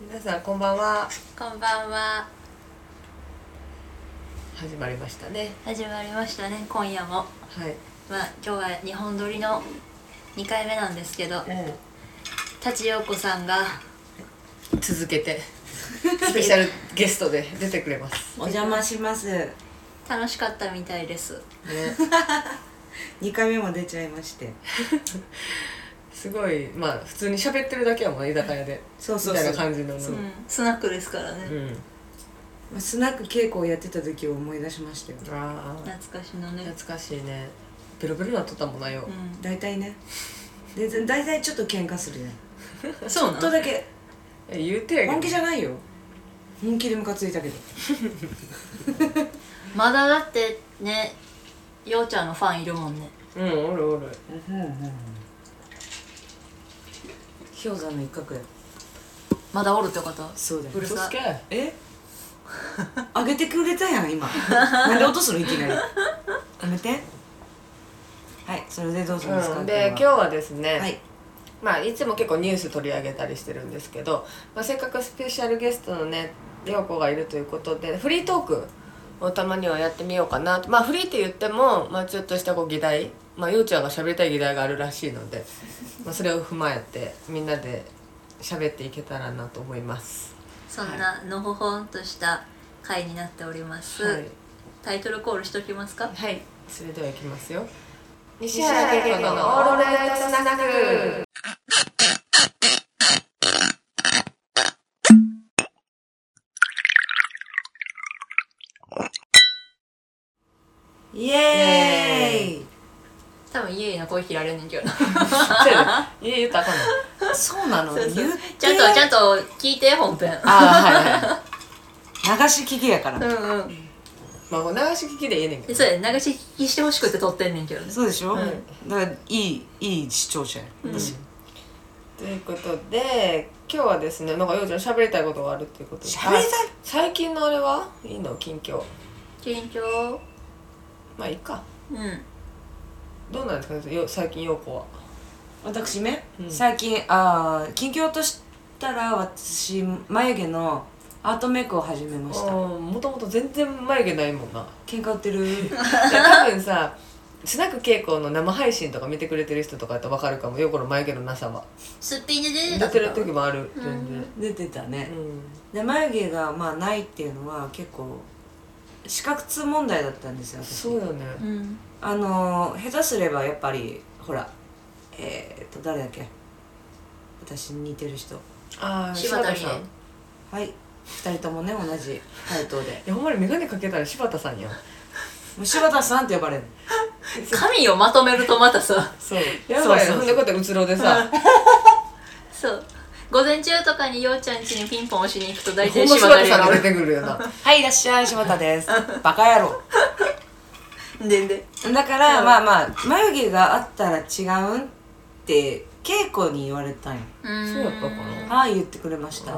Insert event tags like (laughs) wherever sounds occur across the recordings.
皆さんこんばんはこんばんは始まりましたね始まりましたね今夜もはい、まあ今日は日本撮りの2回目なんですけど舘陽子さんが続け (laughs) てスペシャルゲストで出てくれます、お邪魔します。楽しかったみたいですね、二回目も出ちゃいまして。すごいまあ普通に喋ってるだけやもんね居酒屋でそうみそうたいそなう。感じなのうんスナックですからね、うんまあスナック稽古をやってた時を思い出しましたよ。ああ懐かしのね懐かしいねベロベロなっとったもんなよう、ん大体ね。で、で大体ちょっと喧嘩するやん。ちそうょなっとのだけ。え言うてやけど本気じゃないよ。本気でムカついたけど。まだだってね陽ちゃんのファンいるもんねうんおるおる氷山の一角や。まだおるってことそうだうるうるささけ (laughs) えあげてくれたやん、今。なんで落とすの、いきなり。やめて。はい、それでどうしますか。うん、で今日はですね、はい。まあ、いつも結構ニュース取り上げたりしてるんですけど、まあ、せっかくスペシャルゲストのね涼子がいるということでフリートークをたまにはやってみようかなとまあフリーって言っても、まあ、ちょっとしたこう議題まあようちゃんが喋りたい議題があるらしいの (laughs) で、まあ、それを踏まえてみんなで喋っていけたらなと思います。そんなのほほんとした回になっております、はい、タイトルコールしときますかはい、それではいきますよ西原恵子の「オールナイトスナッ (laughs) ク」イエイエーイ多分家の声切られんねんけどなそうやね言え言ったらあかん (laughs) のそうなのそうそう言う (laughs) ちゃんとちゃんんと聞いて本編ああはい、はい流し聞きやから、うんうんまあ、流し聞きでええねんけでどそうや流し聞きしてほしくて撮ってんねんけどねそうでしょ、はいだからいいいい視聴者や、うん私ということで今日はですねなんかようちゃん喋りたいことがあるっていうことで喋りたいあ最近のあれはいいの近況緊張まあいいかうんどうなんですかよ最近陽子は私ね、うん最近ああ近況としたら私眉毛のアートメイクを始めましたもともと全然眉毛ないもんな喧嘩売って (laughs) るいや多分さ (laughs) スナック稽古の生配信とか見てくれてる人とかやったら分かるかも陽子の眉毛のなさはすっぴんで出て出たてる時もある全然出てたねう、んで眉毛がまあないっていうのは結構視覚通問題だったんですよ私そうよねうんあのー下手すればやっぱりほらえー、っと誰だっけ私に似てる人ああ柴田理恵いはい2人ともね同じ配当でやほんまに眼鏡かけたら柴田さんやんもう柴田さんって呼ばれる髪をまとめるとまたさそうやばいよそうほんそでうこうやってうつろでさそう午前中とかにようちゃん家にピンポン押しに行くと大ほ体んま柴柴田田さんが理恵がお出るてくるよなはいいらっしゃい柴田ですバカ野郎でんでだから、まあまあ眉毛があったら違うんって稽古に言われたんようんそうやったかなはい言ってくれました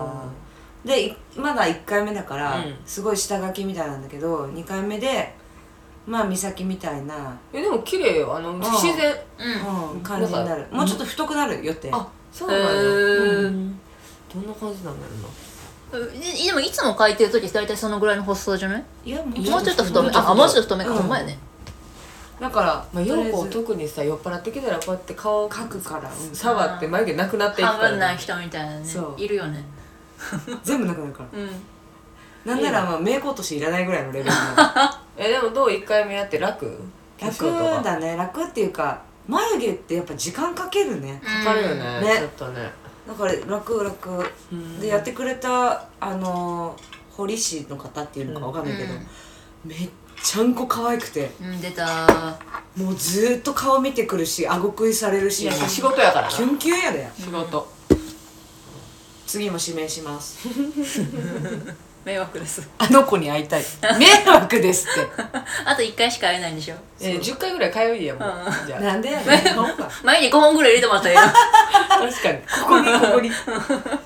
でいまだ1回目だから、うんすごい下書きみたいなんだけど2回目でまあ美咲みたいな、えでも綺麗よあのん不自然うんうん、感じになるなんかもうちょっと太くなる予定あそううなんやうーんどんな感じなんだろうででもいつも書いてる時大体そのぐらいの細さじゃないいやももうちょっと太もめうちょっと太めあもうちょっと太めかうんほんまやねだからなまあとり陽子あをえず特にさ酔っ払ってきたらこうやって顔を描くから、うん触って眉毛なくなっていく半から分ないね人みたいなねそういるよね全部なくなるからうんなんならまあメイク落としいらないぐらいのレベルになるえでもどう1回目やって楽化粧楽とかだね楽っていうか眉毛ってやっぱ時間かけるねかかるよねねちょっとねだから楽楽うんでやってくれたあのー堀氏の方っていうのかわかんないけど、うんめっちゃんこ可愛くてうん出たーもうずーっと顔見てくるし顎食いされるいしや仕事やからなキ仕ュンキュンやで事次も指名します迷惑です (laughs) あの子に会いたい迷惑ですっあと1回しか会えないんでしょえ10回ぐらい通いやもんうじてゃなんでやねん (laughs) なんか前に5本ぐらい入れてもらったらえあ確かにこ (laughs) こにこ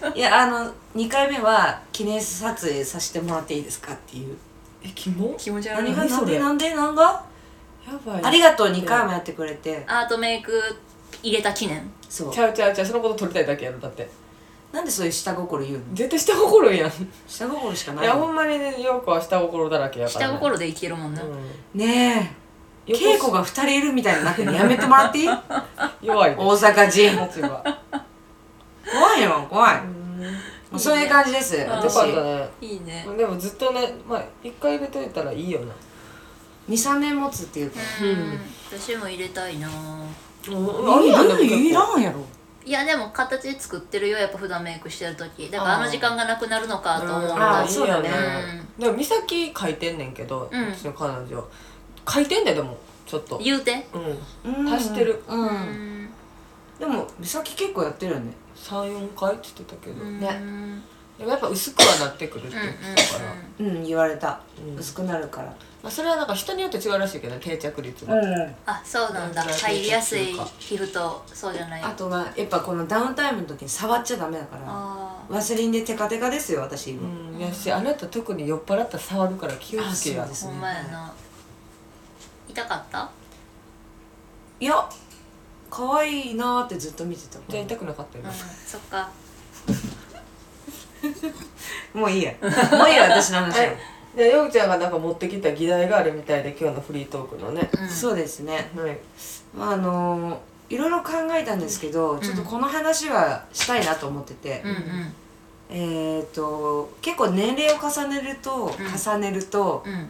こにいやあの2回目は記念撮影させてもらっていいですかっていうえキモ気持ち悪い何ががそなんれでなんでなんがやばいありがとう2回もやってくれてアートメイク入れた記念そうちゃうちゃうちゃうそのこと撮りたいだけやろだってなんでそういう下心言うの絶対下心やん下心しかないいやのほんまにね陽子は下心だらけやから、下ね、心でいけるもんな、うねえん稽古が二人いるみたいになってんのやめてもら (laughs) っていい弱いで大阪人す立場怖いよ怖いもうそういう感じですんよ私かったねいいねでもずっとねまあ一回入れといたらいいよな23年持つっていうかうん、私も入れたいなあいれややんでもいらんやろいやでも形作ってるよやっぱ普段メイクしてる時だからあーあの時間がなくなるのかと思ううんあああーそうだねいいよねでも美咲書いてんねんけど、うんちの彼女書いてんねんでもちょっと言うてうんうん足してるううんんでも美咲結構やってるよね34回って言ってたけど、うんねうんでもやっぱ薄くはなってくるってうん言ってたから、うん言われたうん薄くなるからまあ、それはなんか人によって違うらしいけどね定着率が、うんあそうなんなだんか入りやすい皮膚とそうじゃないあとはやっぱこのダウンタイムの時に触っちゃダメだからあワセリンでテカテカですよ私今うん、やしあなた特に酔っ払ったら触るから気をつけやあそうですーほんまやな痛かったいや可愛いなーってずっと見てたじゃあ痛くなかったようんね、そっかもういいやもういいや私の話はじゃあようちゃんがなんか持ってきた議題があるみたいで今日のフリートークのね、うんそうですねはいまああのーいろいろ考えたんですけど、ちょっとこの話はしたいなと思ってて、うんうんえっ、と結構年齢を重ねるうと、ん重ねるとうん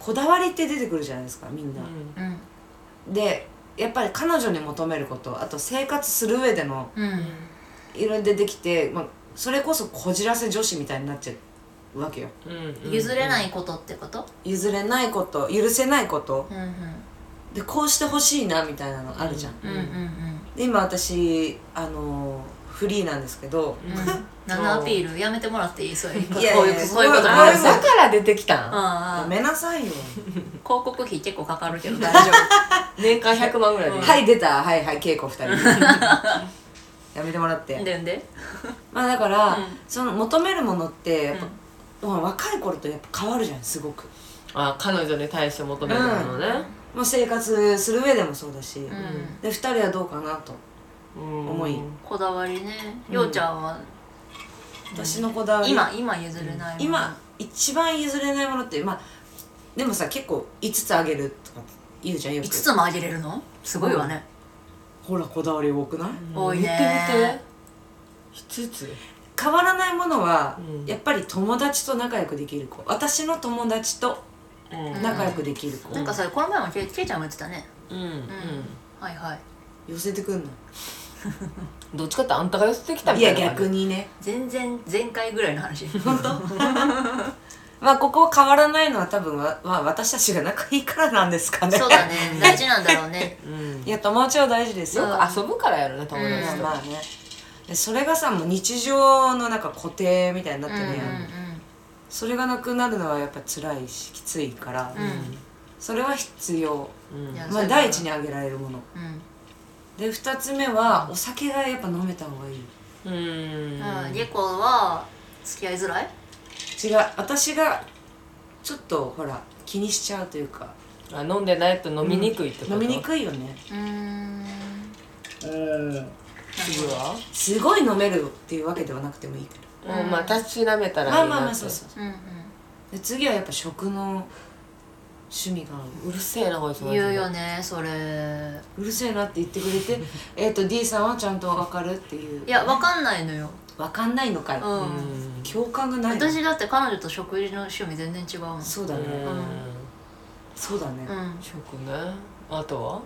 こだわりって出てくるじゃないですかみんな、うんでやっぱり彼女に求めることあと生活する上でのうんいろいろ出てきて、まあ、それこそこじらせ女子みたいになっちゃうわけようんうん譲れないいことってこと譲れないこと許せないことうんうんでこうしてほしいなみたいなのあるじゃん、うんうんうんで今私あのーフリーなんですけど、うん (laughs) 七アピールやめてもらっていいそういうこいやいやういうそういうことそもうああるーさだから出てきたんああや広めなさいよ告費結構かかるけど大丈年間100万ぐらいで、はい出たはいはい稽古2人 (laughs) やめてもらって夫 (laughs) でんでまあだから、うんその求めるものってやっぱ、うんまあ若い頃とやっぱ変わるじゃんすごくあ彼女に対して求めるものね、もう生活する上でもそうだし、うんで2人はどうかなとうん重いこだわりねようちゃんは私のこだわり、今今譲れないもん今一番譲れないものってまあでもさ結構5つあげるとか言うじゃんよく5つもあげれるのすごいわねほらこだわり多くない、多い言ってねみて5つ変わらないものは、うんやっぱり友達と仲良くできる子私の友達と仲良くできる子、なんかさこの前もけけいちゃんも言ってたねうんうん、はいはい寄せてくんのどっちかってあんたが寄せてきたみいたやいな感逆じにね全然前回ぐらいの (laughs) 話本当まあここ変わらないのは多分わ、まあ、私たちが仲いいからなんですかねそうだね大事なんだろう (laughs) ねうんいや友達は大事ですよ、うんまあ遊ぶからやろね友達と、まあねでそれがさもう日常のなんか固定みたいになうっんてるやん、それがなくなるのはやっぱ辛いしきついから、うんそれは必要、うんうんいやまそうあ、だ第一にあげられるものうんうんで2つ目はお酒がやっぱ飲めた方がいいうんうんリコは付き合いづらい違う私がちょっとほら気にしちゃうというかあ飲んでないと飲みにくいってこと、飲みにくいよねうーんうん次は、すごい飲めるっていうわけではなくてもいいかうんまあたしなめたららいいまなってあまあまあそうそううんうんで次はやっぱ食の趣味が合うるせえなこいつマジで言うよねそれううるせえなって言ってくれ (laughs) てえっと D さんはちゃんと分かるっていういやわかんないのよ分かんないのかい、うん、うん共感がないの私だって彼女と食事の趣味全然違うもんそうだね、うんそうだね、うん食ねあとは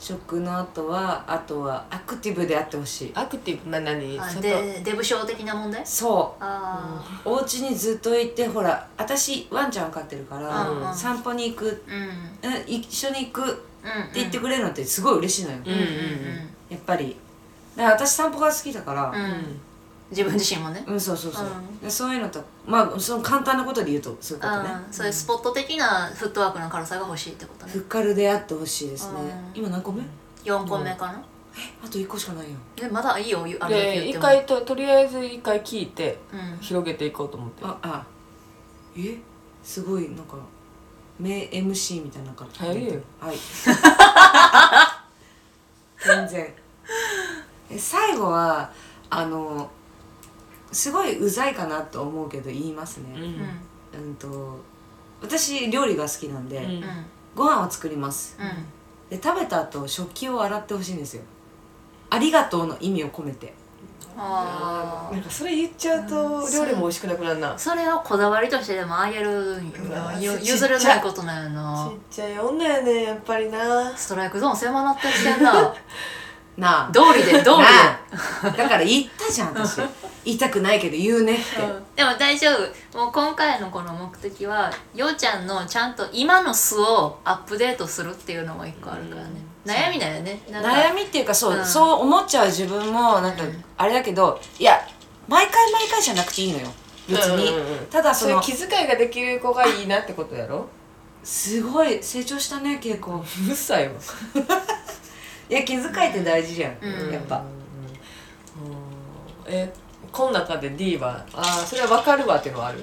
食の後はあとはアクティブであってほしいアクティブな何あ外でデブ症的な問題そうあお家にずっといてほら私ワンちゃんを飼ってるから、うん散歩に行くあうんうんえ一緒に行くってうん言ってくれるのってすごい嬉しいのよ、ううんんううんんやっぱりだから私散歩が好きだからうん、ううんん、自分自身もねうん、そうそうそう、うんでそういうのとまあその簡単なことで言うとそういうことねあそういうスポット的なフットワークの軽さが欲しいってことねふっかるであってほしいですね、う今何個目4個目かな、あと1個しかないよでまだいいよあので一も回ととりあえず一回聞いてうん広げていこうと思ってるああえすごいなんか名 MC みたいな感じ早いよはい全然え最後はあのすごいうざいかなと思うけど言いますうんね、うん、と私料理が好きなんで、うんうんうんご飯を作りますで食べた後食器を洗ってほしいんですよありがとうの意味を込めてあなんかそれ言っちゃううとん料理も美味しくなくなるなあそれをこだわりとしてでもあげるんようわなちっゆちゃい譲れないことなんやなちっちゃい女やねやっぱりなストライクゾーン狭なってきてんななあ道理で道理なあだから言ったじゃん私言いたくないけど言うねってで、うんでも大丈夫もう今回のこの目的はようちゃんのちゃんと今の素をアップデートするっていうのが一個あるからね悩みだよねなんか悩みっていうかそう、うんそう思っちゃう自分もなんかうんあれだけどいや毎回毎回じゃなくていいのよ別に、うんうんうんただそそういうの気遣いができる子がいいなってことやろすごい成長したね結構うるさいわいや気遣いって大事じゃん、うんやっぱうんうんえこの中で D はああそれは分かるわっていうのはある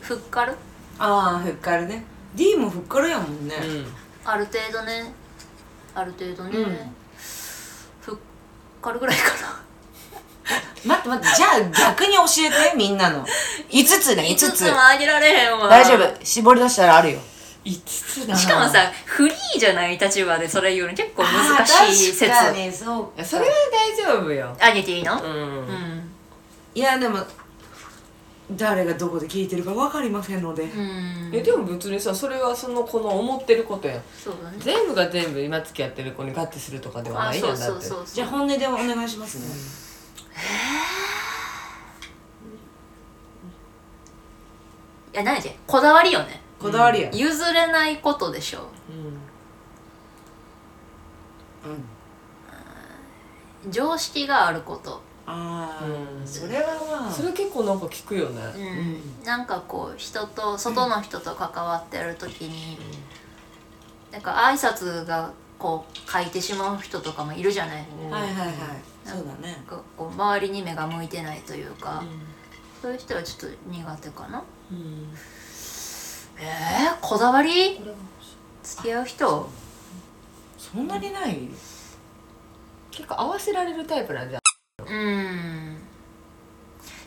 ふっかるああふっかるね D もふっかるやもんね、ある程度ねある程度ね、うんふっかるぐらいかな待って待ってじゃあ逆に教えてみんなの5つね5 5つつもあげられへんわ大丈夫絞り出したらあるよ5つだなしかもさフリーじゃない立場でそれ言うの結構難しい説あー確かにそういやそれは大丈夫よあげていいのううんん、いやでも誰がどこで聞いてるか分かりませんので、うん、えでも別にさそれはその子の思ってることやんそうだね全部が全部今付き合ってる子に合致するとかではあないそやうんだそっうてそうじそゃうあ本音でお願いしますね、いや何やっけこだわりよねこだわりや、譲れないことでしょうんうん常識があること、ああ、うんそれはまあそれ結構なんか聞くよねうんんなんかこう人と外の人と関わってる時に、なんか挨拶がこう書いてしまう人とかもいるじゃないはいはいはいうんそうだねなんかこう周りに目が向いてないというか、いそういう人はちょっと苦手かなうんえー、こだわりこれは付き合う人そんなにない結構合わせられるタイプなんじゃんうん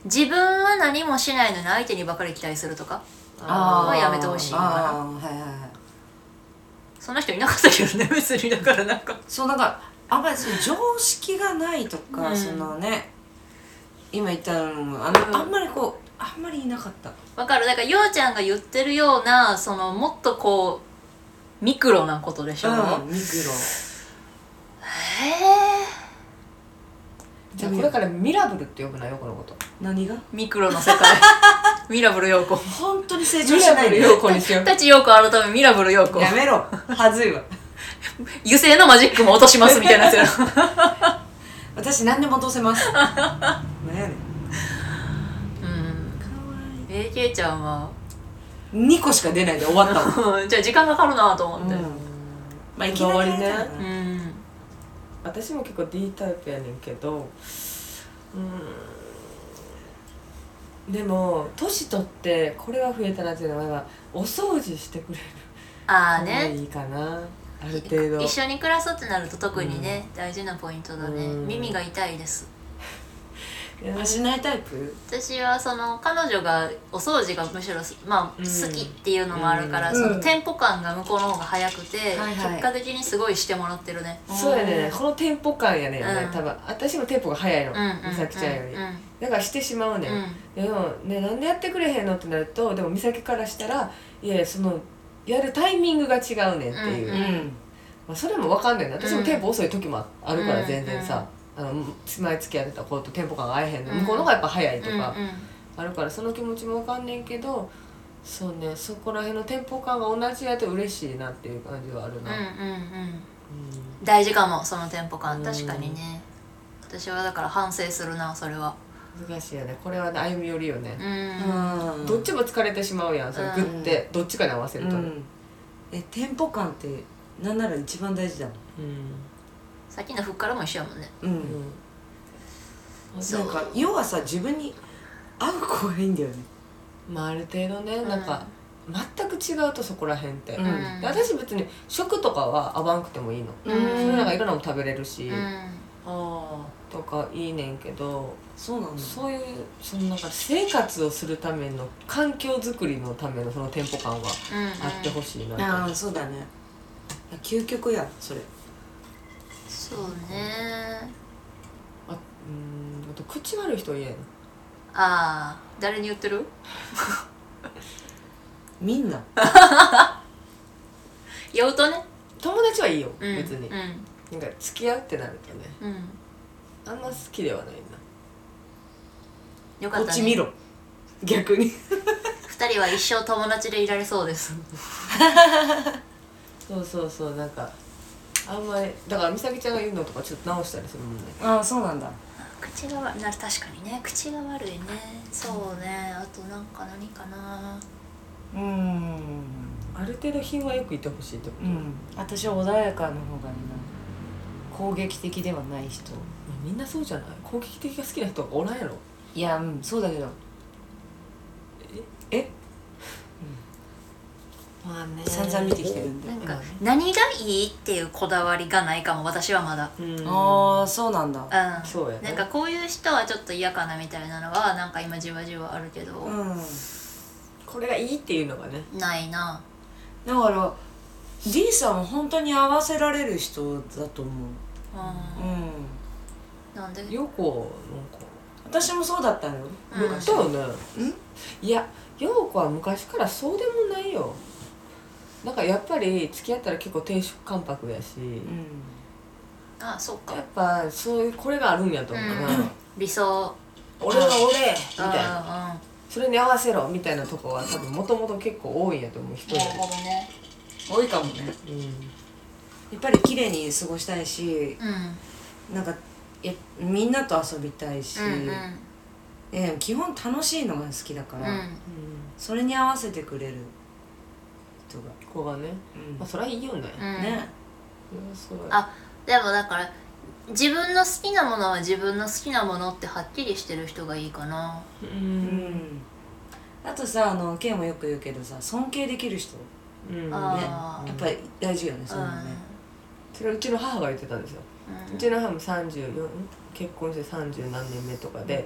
自分は何もしないのに相手にばかり期待するとかあーはやめてほしいかなあーはいはいはいそんな人いなかったけどね (laughs) 別にだからなんかそうだからあんまりその常識がないとか、うんそのね今言ったのもあの、うんあんまりこうあんまりいなかったわかるだからようちゃんが言ってるようなそのもっとこうミクロなことでしょ、ううんミクロえじゃあこれからミラブルって呼ぶなよこのこと何がー、ミクロの世界 (laughs) ミラブル陽子本当に成長ミしラてなブいルねよこにしようタチ陽子改めミラブル陽子やめろはずいわ油性のマジックも落としますみたいなやつやろ私何でも通せ (laughs) ます何やねん (laughs) うんえー、けいちゃんは2個しか出ないで終わったわじゃあ時間かかるなと思ってうんまあいきこだなわりりねやりたいなうん私も結構 D タイプやねんけどうんでも年取ってこれは増えたなっていうのはお掃除してくれるああ方がねいいかなある程度一緒に暮らすってなると特にね、大事なポイントだね、うん耳が痛いですいやあしないタイプ私はその彼女がお掃除がむしろすまあうん好きっていうのもあるから、うんそのテンポ感が向こうの方が早くて、はいはい結果的にすごいしてもらってるねそうやねこのテンポ感やねんね、うん多分私もテンポが早いの、うんうんうん美咲ちゃんより、うだからしてしまうねん、んうんでもねなんでやってくれへんのってなるとでも美咲からしたらいやいやそのやるタイミングが違うねんっていう、ううんんまあ、それもわかんねんな私もテンポ遅い時もあるかうらん全然さ、あの前付き合ってた子とテンポ感が合えへんの、向こうの方がやっぱ早いとうんかあるからその気持ちもわかんねんけどそうねそこら辺のテンポ感が同じやと嬉しいなっていう感じはあるな、うんうんうんうん大事かもそのテンポう感ん確かにね私はだから反省するなそれは難しいよねこれはね歩み寄りよねう、んうんどっちも疲れてしまうやんそれグッてどっちかに合わせると、うんえテンポ感ってなんなら一番大事だもんさっきのふっからも一緒やもんねうん、うんそなうんか要はさ自分に合う子がいいんだよねまあ、ある程度ねなんか、全く違うとそこら辺って、うんで私別に食とかは合わんくてもいいの、うんそれなんかいろんなもん食べれるし、うあんあとかいいねんけどそうなんだそういうそのなんか生活をするための環境づくりのためのその店舗感はうんうんあってほしいなとああそうだねいや究極やそれそうねあうんあと口悪い人嫌やなああ誰に言ってるみんな酔うとね、友達はいいよ、うん、別にう、んなんか付き合うってなるとねうんあんま好きではないなよかこっったち見ねろ逆に二人は一生友達でいられそうですそうそうそうなんかあんまりだから美咲ちゃんが言うのとかちょっと直したりするもんねああそうなんだ (laughs) 口が悪いな確かにね口が悪いねそうねあとなんか何かなうーんある程度品はよくいてほしいってこと、うまん私は穏やかの方がいいな攻撃的ではない人あみんなそうじゃない攻撃的が好きな人がおらんやろいやうんそうだけどえまあね散々見てきてるんでなんか何がいいっていうこだわりがないかも私はまだうんああそうなんだうんそうやねなんかこういう人はちょっと嫌かなみたいなのはなんか今じわじわあるけど、うんこれがいいっていうのがねないなだから D さんは本当に合わせられる人だと思うう、うんんなんでよく私もそうだったのようんなんか言ったよね、うんいや陽子は昔からそうでもないよなんかやっぱり付き合ったら結構低食関白やし、うんあそっやかっぱそういうこれがあるんやと思うな、うん理想俺は俺みたいなあそれに合わせろみたいなとこは多分もともと結構多いんやと思う人ーうんよなるほどね多いかもねりうんやっぱり綺麗に過ごしたいしうなんかやみんなと遊びたいし、んうんうんええ基本楽しいのが好きだかうら、んそれに合わせてくれる人が、子がねうんまあそりゃいいよね、うんねそれはそうやあでもだから自分の好きなものは自分の好きなものってはっきりしてる人がいいかなう、うんんあとさあのケイもよく言うけどさ尊敬できる人ねうんあーねやっぱり大事よねそういうのねそれうちの母が言ってたんですようんうちの母も34ん結婚して30何年目とかで、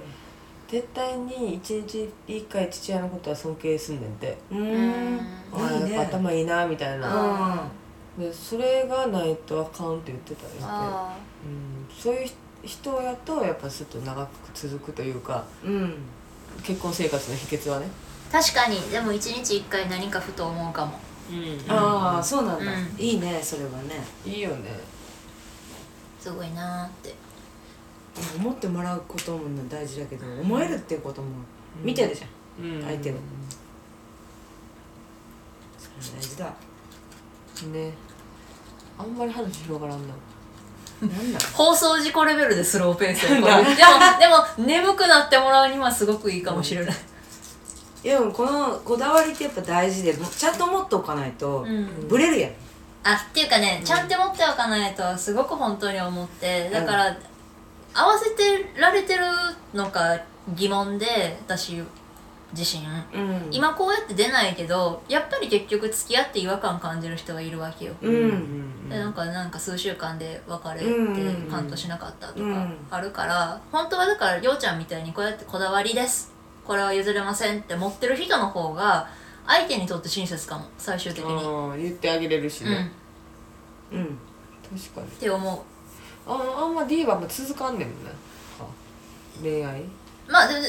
絶対に1日1回父親のことは尊敬すんねんて、うんううんあいいーねやっぱ頭いいなみたいなあでそれがないとあかんって言ってたんですあけど、うん、そういう人やとやっぱちょっと長く続くというかうん結婚生活の秘訣はね、ー確かにでも一日一回何かふと思うかもああそうなんだ、うんいいねそれはねいいよねすごいなーって思ってもらうことも大事だけど思えるっていうことも見てるじゃん、うん相手をそれ大事だねあんまり話広がらんななんだ放送事故レベルでスローペースや (laughs) からでもでも眠くなってもらうにはすごくいいかもしれない、いやでもこのこだわりってやっぱ大事でもちゃんと持っておかないとうんブレるやん、あっていうかねちゃんと持っておかないとすごく本当に思ってだから、合わせてられてるのか疑問で私自身うん今こうやって出ないけどやっぱり結局付き合って違和感感じる人がいるわけよ、うんでなんかなんか数週間で別れてうんうんうん半年なかったとうかんあるから、本当はだからりょうちゃんみたいにこうやってこだわりですこれは譲れませんって持ってる人の方が相手にとって親切かも最終的に、うん、っああ言ってあげれるしね、うん確かにて思ああんま D はもう続かんねんもんねあ恋愛うまあでも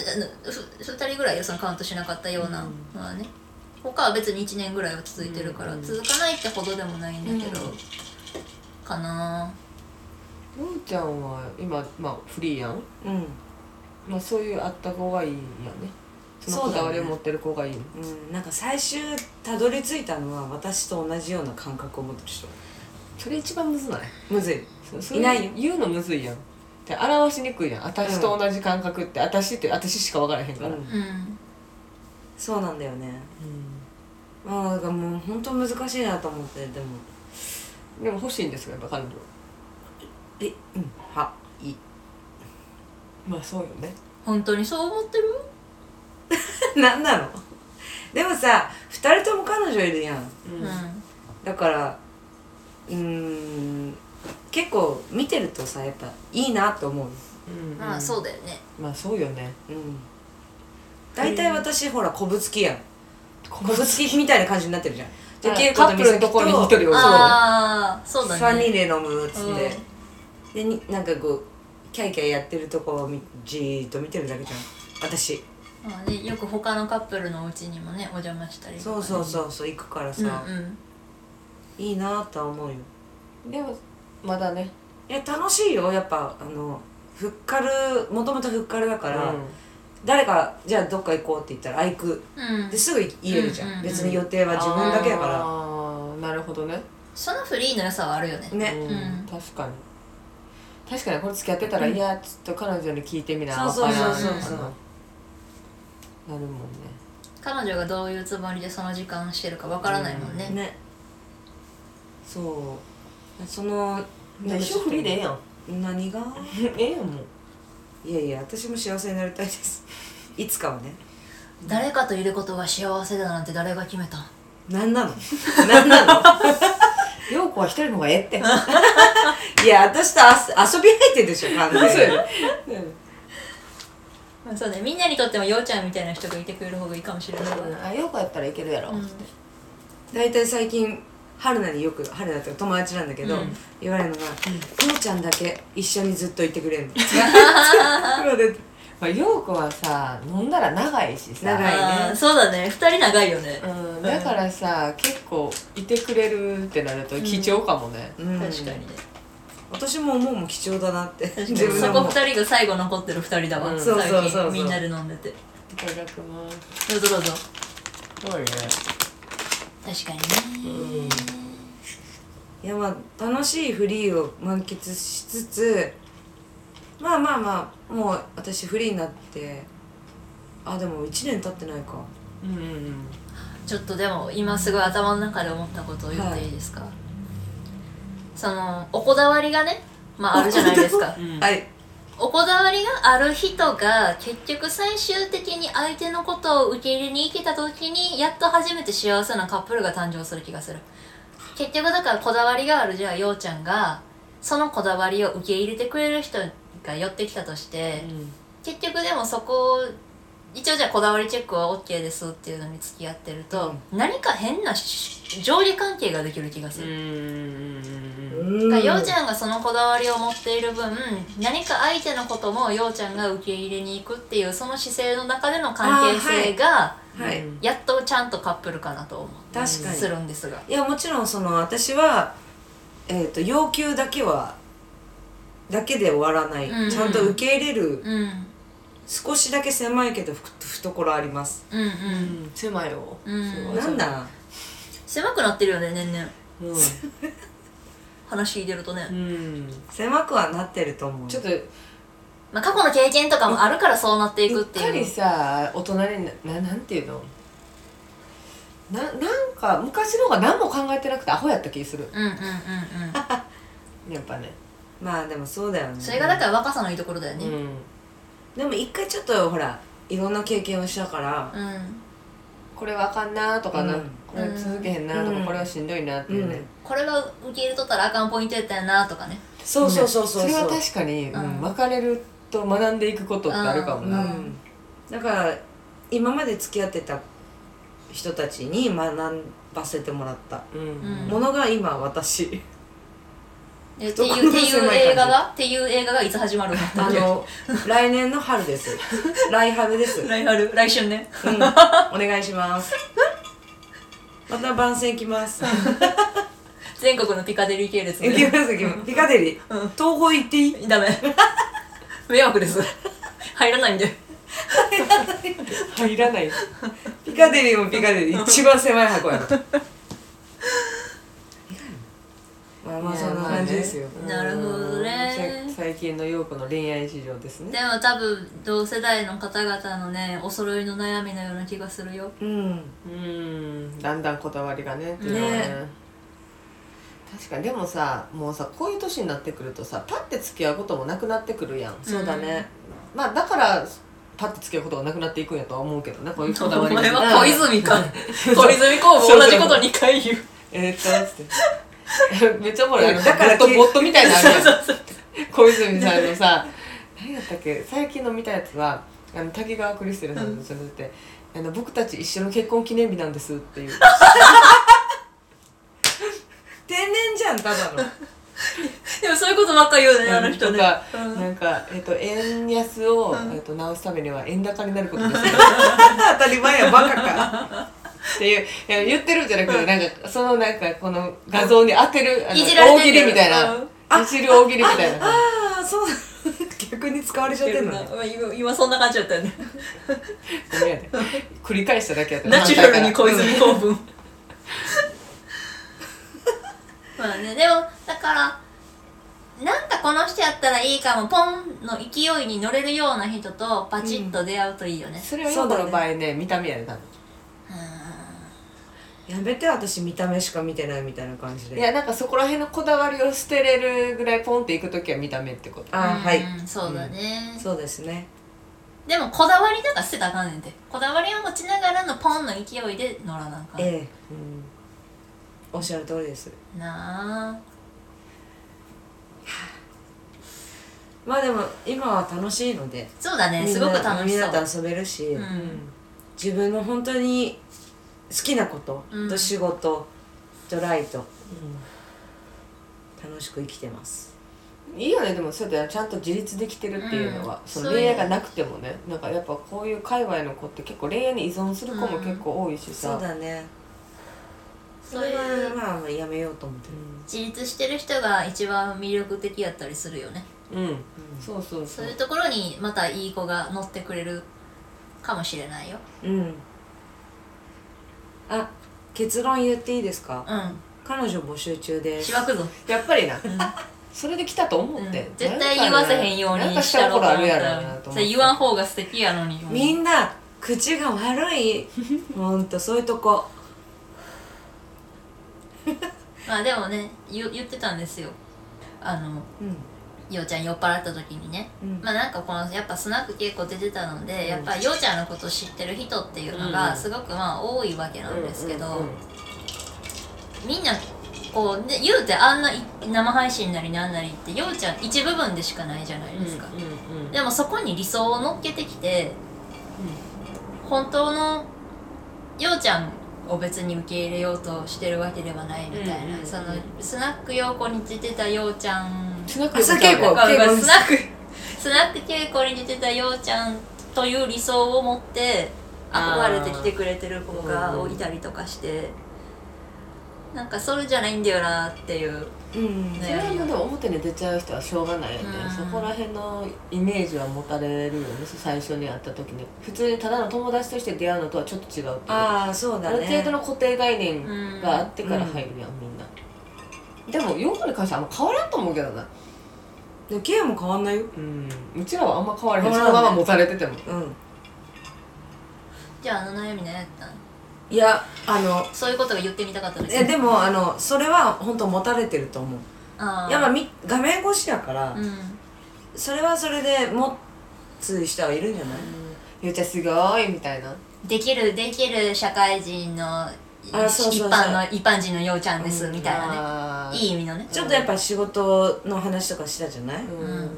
2人ぐらいよそのカウントしなかったようなのはね他は別に1年ぐらいは続いてるから、うん続かないってほどでもないんだけど、うんかなようちゃんは今、まあ、フリーやん、うんまあ、そういうあった子がいいんやねそのこだわりを持ってる子がいいのうん、なんか最終たどり着いたのは私と同じような感覚を持ってる人そ,、れ一番むずないむずいそそれいないよ言うのむずいやんで表しにくいやん私と同じ感覚って、私って私しか分からへんうから、んうんそうなんだよねまあだからもう本当難しいなと思ってでもでも欲しいんですよやっぱ彼女えうんはいい (laughs) まあそうよね本当にそう思ってるなんなのでもさ2人とも彼女いるやんううんん、だからうーん結構見てるとさやっぱいいなと思ううんまあそううだよねんまあそうよねうん大体私ほらこぶつきやんこぶつきみたいな感じになってるじゃんであケイコカとップルのとこに一人美をそうああそうだね3人で飲むっつって、でになんかこうキャイキャイやってるとこをみじーっと見てるだけじゃん私まあね、よく他のカップルのお家にもねお邪魔したりとかね、そうそうそうそう行くかうらんうさ、んいいなとは思うよでもまだねいや楽しいよやっぱあのふっかるもともとふっかるだから、うん誰かじゃあどっか行こうって言ったらあ行くうんですぐ言えるじゃん、うんうんうん別に予定は自分だけだかあーなるほどねそのフリーの良さはあるよねらね、うんうん確かに確かにこれ付き合ってたら、いやちょっと彼女に聞いてみなそうそうそそううそうわからんなるもんね彼女がどういうつもりでその時間してるかわからないもんね、ねそうその一生フリーでええやん何が (laughs) ええやんもういやいや私も幸せになりた (laughs) いですいつかはね誰かといることが幸せだなんて誰が決めた何なの何なの陽子は一人の方がええっていや私とあす遊び相手でしょ完全にまあそうねみんなにとってもようちゃんみたいな人がいてくれる方がいいかもしれないわあ陽子やったらいけるやろ、うん大体最近春菜によく春菜っていうか友達なんだけど、うん言われるのが「ようちゃんだけ一緒にずっといてくれん (laughs) の」風呂でまあ、陽子はさ飲んだら長いしさ長いねあーそうだね2人長いよね、うん、だからさ結構いてくれるってなると貴重かもね、うん確かにね私も思うもん貴重だなって確か自に分でそこも2人が最後残ってる2人だわ、うん最近そうそうそうそうみんなで飲んでていただきますどうぞどうぞすごいね確かにね、いやまあ楽しいフリーを満喫しつつまあまあまあもう私フリーになってあでも1年経ってないかうんうんうんちょっとでも今すごい頭の中で思ったことを言っていいですか、そのおこだわりがねまああるじゃないですかうんはいおこだわりがある人が結局最終的に相手のことを受け入れに行けた時にやっと初めて幸せなカップルが誕生する気がする結局だからこだわりがあるじゃあようちゃんがそのこだわりを受け入れてくれる人が寄ってきたとして、結局でもそこを一応じゃあこだわりチェックは OK ですっていうのに付き合ってると、何か変なし上下関係ができる気がすうる、んだからよううちゃんがそのこだわりを持っている分何か相手のこともようちゃんが受け入れに行くっていうその姿勢の中での関係性がはいうんやっとちゃんとカップルかなと思う確かにするんですがいやもちろんその私は、えー、と要求だけはだけで終わらない、うんうんちゃんと受け入れるうんうん少しだけ狭いけどふ懐ありますうんうん狭いよ、うんすごいなんだ狭くなってるよね年々うん、話聞いてるとね、うん、狭くはなってると思うちょっとまあ、過去の経験とかもあるからそうなっていくうっっていかうりさ大人になななんていうのななんか昔の方が何も考えてなくてアホやった気するうんうんうんうんやっぱねまあでもそうだよねそれがだから若さのいいところだようねんでも一回ちょっとほらいろんな経験をしたからうん、これわかんなとかな、うんこれ続けへんなとか、うんこれはしんどいなっていうね、うんこれは受け入れとったらあかんポイントやったよなとかねそうそうそうそうねそれうは確かに、うんうん別れると学んでいくことってあるかもうな、んだから今まで付き合ってた人たちに学ばせてもらったうんうんものが今私えって懐いうっていう狭い感じ映画がっていう映画がいつ始まるのあの来年の春です来春です、うん、来春来春ねお願いしますまた番宣来ます全国のピカデリー系列行きねます行きますピカデリー、東宝行っていいダメ (laughs) 迷惑です入らないんで入らないピカデリーもピカデリー一番狭い箱やな (laughs) まあまあそんな感じですよ、うんなるほどねさ最近の陽子の恋愛事情ですねでも多分同世代の方々のねお揃いの悩みのような気がするようんうんだんだんこだわりがねっていうのはねね確かにでもさもうさこういう年になってくるとさパッて付き合うこともなくなってくるやんそうだね、まあだからパッて付き合うことがなくなっていくんやとは思うけどねこういうこおだわり (laughs) 前がは小泉か (laughs) 小泉公も同じこと2回言うえー、っとつって (laughs) めっちゃおもろいあのだからボット (laughs) けボットみたいなのあるやん小泉さんのさ何だったっけ最近の見たやつはあの滝川クリステルさんのそれって、あの「僕たち一緒の結婚記念日なんです」っていう天然じゃんただの (laughs) でもそういうことばっか言うね、あの人とね。か、うんなんか、えっと、円安を、うんえっと、直すためには円高になることですね (laughs) (laughs) 当たり前やバカかっていういや言ってるんじゃなくて、なんかそのなんかこの画像に当てるあのいじられ大て喜る利みたいな、うんいじる大喜利みたいなああそうだ逆に使われちゃってんのねまあ今今そんな感じだったよね。ごめんやで繰り返しただけやったナチュラルにこ小泉公文。まあね、でも、だから、なんかこの人やったらいいかも、ポンの勢いに乗れるような人とパチッと出会うといいよね。それはヨーコの場合ね見た目やね多分やめて私見た目しか見てないみたいな感じいでやなんかそこら辺のこだわりを捨てれるぐらいポンっていく時は見た目ってことあーうんはいうんそうだね。そうですねでもこだわりだから捨てたらあかんねんて。こだわりを持ちながらのポンの勢いで乗らなんかん。ええうんおっしゃる通りですなあ。まあでも今は楽しいのでそうだね、すごく楽みしんそなう。と遊べるし、うん自分の本当に好きなことうんと仕事とライト、楽しく生きてますいいよねでもそうだよちゃんと自立できてるっていうのは、うんそそのうよ恋愛がなくてもねなんかやっぱこういう界隈の子って結構恋愛に依存する子も結構多いしさ、そうだねそそうれいはうまあやめようと思ってる、自立してる人が一番魅力的やったりするよねうん、うんうんそうそうそそうういうところにまたいい子が乗ってくれるかもしれないようんあ結論言っていいですか、う彼女募集中でんすしばくぞやっぱりなうんそれで来たと思って、うん絶対言わせへんようなんにかししたたろこうととあ思るっやたろらなとそ思っれて言わん方が素敵やのにみんな口が (laughs) 悪いほんとそういうとこまあでもね言言ってたんですよあのうんようちゃん酔っ払った時にねうんまあなんかこのやっぱスナック結構出てたので、やっぱりようちゃんのことを知ってる人っていうのうんうがんすごくまあ多いわけなんですけど、うんうんうんみんなこうで言うてあんない生配信なりなんなりってようちゃん一部分でしかないじゃないですか、うんうんでもそこに理想を乗っけてきて本当のようちゃんを別に受け入れようとしてるわけではないみたいな、うんうんそのスナック陽子に出てたようちゃんスナック朝稽古ごめんごめん稽古スナックスナック稽古に出てたようちゃんという理想を持って憧れてきてくれてる子があーいたりとかして、なんかそれじゃないんだよなっていううんそれはもうでも表に出ちゃう人はしょうがないよね、うんそこら辺のイメージは持たれるよね最初に会った時に普通にただの友達として出会うのとはちょっと違うっていうあああそうだるね程度の固定概念うんがあってから入るやん、みんなでもヨーコに関してはあんま変わらんと思うけどなでも K も変わんないようんうちらはあんま変わらへん変そわのらんねまま持たれててもうんじゃああの悩み何やったんいやあのそういうことが言ってみたかったですえでもあのそれは本当持たれてると思うあーいやまあみ画面越しだから、うんそれはそれで持つ人はいるんじゃない、ゆうちゃんすごいみたいなできるできる社会人のそうそうそう一般の一般人のようちゃんです、みたいなねあーいい意味のねちょっとやっぱ仕事の話とかしたじゃない、うん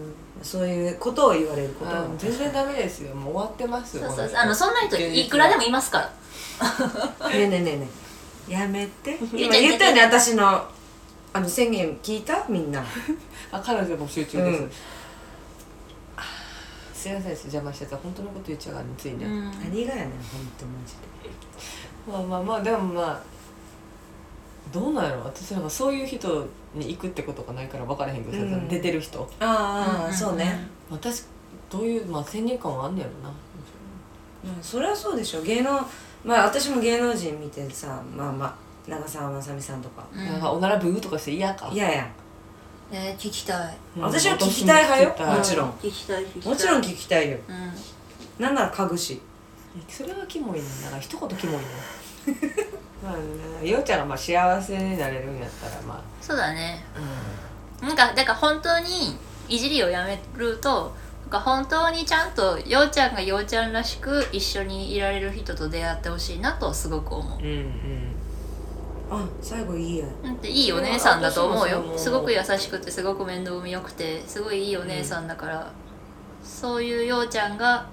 そういうことを言われることあは (laughs) 全然ダメですよもう終わってますそようこそうそう人あのそんな人いくらでもいますからねえねえねえねえやめてゆう今ちゃん言ったよね私のあの宣言聞いたみんなあ彼女募集中です、うんあーすいません邪魔してた本当のこと言っちゃうからねついね、うん何がやねんほんとマジでまあまあまあでもまあどうなんやろ私なんかそういう人に行くってことがないから分からへんけどさ、うん出てる人ああ、んそうね、私どういう、まあ、先入観はあんねやろなうん、それはそうでしょ芸能まあ私も芸能人見てさまあまあ長澤まさみさんとかうんなんかおならブーとかして嫌かいやいやえー、聞きたいうん私は聞きたい私も派聞きよたいもちろん聞きたい聞きたいもちろん聞きたいようんなんなら家具しそれはキモいねんなんか一言キ (laughs) モいねんまあねようちゃんがまあ幸せになれるんやったらまそうだねあ、うなんかだから本当にいじりをやめるとなんか本当にちゃんとようちゃんがようちゃんらしく一緒にいられる人と出会ってほしいなとすごく思ん、うんうんあ最後いいやうだっていいお姉さんだと思ういや私もそうよ思うすごく優しくてすごく面倒見よくてすごいいいお姉さんだから、そういうようちゃんが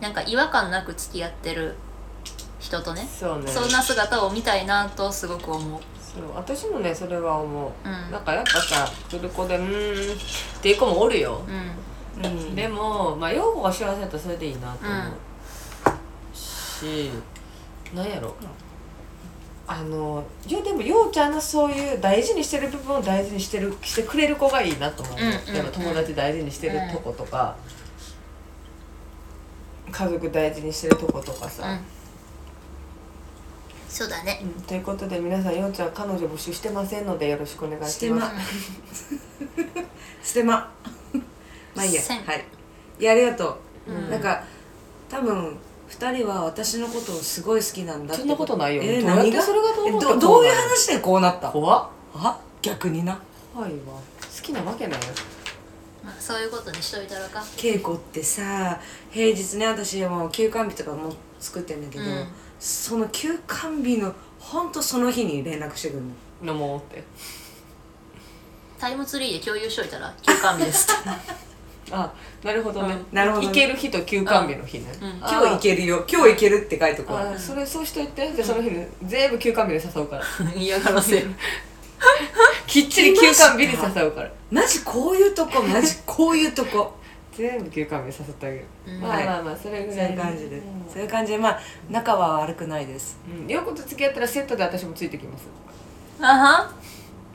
なんか違和感なく付き合ってる人とねそうねそんな姿を見たいなとすごく思うそう私もねそれは思う、うんなんかやっぱさ来る子でうーんっていう子もおるよ、うんうんでもまあ陽子が幸せだったらそれでいいなと思う、しなんやろあのいやでも陽ちゃんのそういう大事にしてる部分を大事にしてるしてくれる子がいいなと思う、うんうんうんやっぱ友達大事にしてるとことか、家族大事にしてるとことかさ、うんそうだねうんということで皆さんようちゃん彼女募集してませんのでよろしくお願いしますしてま (laughs) ステマまあいいやせんはいいやありがとうう、んなんか多分二人は私のことをすごい好きなんだってそんなことないよえどーうやって何がそれがどう思えったどどういう話でこうなった怖っあ逆にな怖いわ好きなわけないよまあ、そういうことにしといたらか稽古ってさ平日ね私もう休館日とかも作ってんだけど、うんその休館日のほんとその日に連絡してくるの飲もうってタイムツリーで共有しといたら休館日ですってあなるほどね、うんなるほどね行ける日と休館日の日ね、うんあ今日行けるよ今日行けるって書いとこうあーそれそうしといてでその日に全部休館日で誘うから (laughs) 嫌がらせきっちり休館日に誘うからマジこういう (laughs) とこマジこういうとこ全部休館日に誘ってあげる、うんまあまあまあそれそうぐらいいう感じで、そういう感じでまあ仲は悪くないですうん、ようこと付き合ったらセットで私もついてきますあはん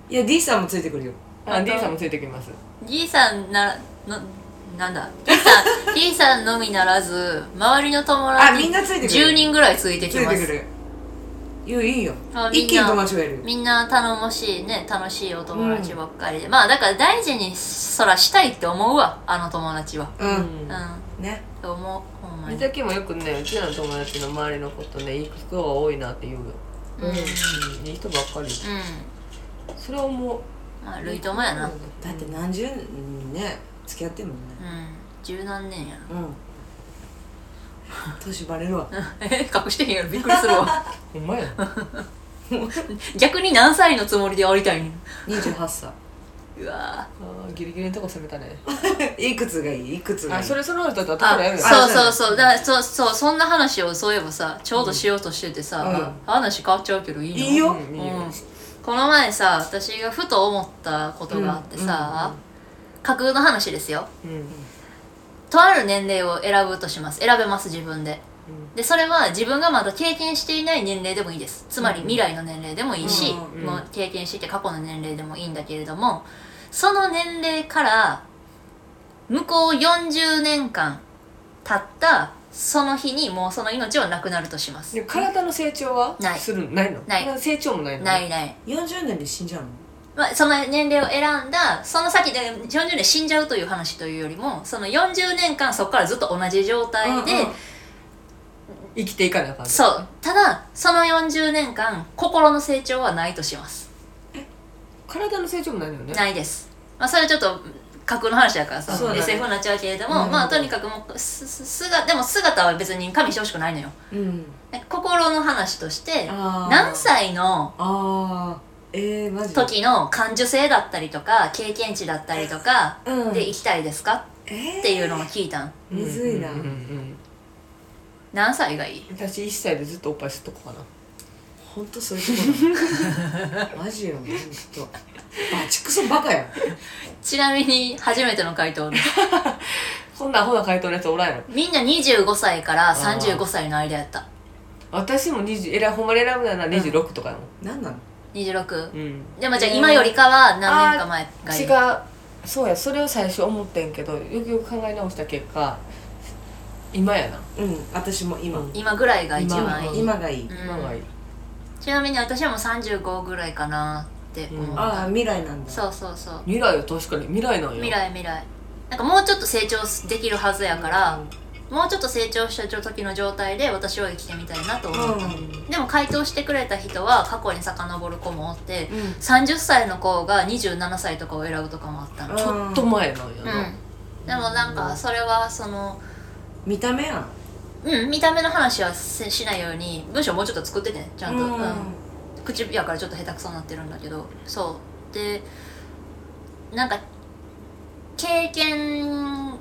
いや D さんもついてくるよあ D さんもついてきます D さんなのなんだ D (laughs) さん D さんのみならず周りの友達あみんなついてくる10人ぐらいついてつきいまてくするいやいいよあみんな一気に友達がいるよみんな頼もしいね楽しいお友達ばっかりで、まあだから大事にそらしたいって思うわあの友達はうん、うんねと思うほんま美に咲もよくねうちらの友達の周りのことねいい人が多いなって言うよ、うんうんうん、いい人ばっかりそれは思うまあ類友やなうんだって何十年ね付き合ってんもんね十何年やな (laughs) うん年バレるわえ隠してへんやろびっくりするわほんまや逆に何歳のつもりでありたいん28歳うわあーギリギリのとこ攻めたねいくつがいいいくつがいいあそれその人だったらあこれやるよそうそうそうだからそうそうそんな話をそういえばさちょうどしようとしててさ、う話変わっちゃうけどいいのいいようんいいようんこの前さ私がふと思ったことがあってさ、架空の話ですようんうんとある年齢を選ぶとします選べます自分ででそれは自分がまだ経験していない年齢でもいいですつまり未来の年齢でもいいし、うんもう経験していて過去の年齢でもいいんだけれどもその年齢から向こう40年間経ったその日にもうその命はなくなるとしますでも体の成長はないするないのない体の成長もないのないない40年で死んじゃうのまあ、その年齢を選んだその先で40年死んじゃうという話というよりもその40年間そこからずっと同じ状態で、うんうん生きていかなあかんのそうただその40年間心の成長はないとします体の成長もないのよねないです、まあ、それはちょっと架空の話だからさ、そうだね SF になっちゃうけれどなるも、ほどまあとにかくもうすす姿でも姿は別に加味してほしくないのようん心の話としてあー何歳のあーえー、マジで、時の感受性だったりとか経験値だったりとかうん、で生きたいですかえーっていうのを聞いたんうんむずいな、うんうんうん何歳がいい私1歳でずっとおっぱい吸っとこうかなほんとそういうとこだマジよマジとバチクソバカやちなみに初めての回答です (laughs) そんなアホな回答のやつおらんやろみんな25歳から35歳の間やった私も20えらいほんまに選ぶなら26とかやもん何なの26うんでもじゃあえー今よりかは何年か前がい私いがそうやそれを最初思ってんけどよくよく考え直した結果今やなうん私も今、うん今ぐらいが一番いい、今がいい、うん今がいい、ちなみに私はもう35ぐらいかなって思う、うんああ未来なんだそうそうそう未来は確かに未来なんよ未来未来なんかもうちょっと成長できるはずやから、もうちょっと成長した時の状態で私は生きてみたいなと思った、うでも回答してくれた人は過去に遡る子もおって、ん、うん30歳の子が27歳とかを選ぶとかもあったのちょっと前なんやな、うん、でもなんかそれはその見た目やんうん見た目の話はせしないように文章もうちょっと作っててちゃんと、うんうん口やからちょっと下手くそになってるんだけどそうでなんか経験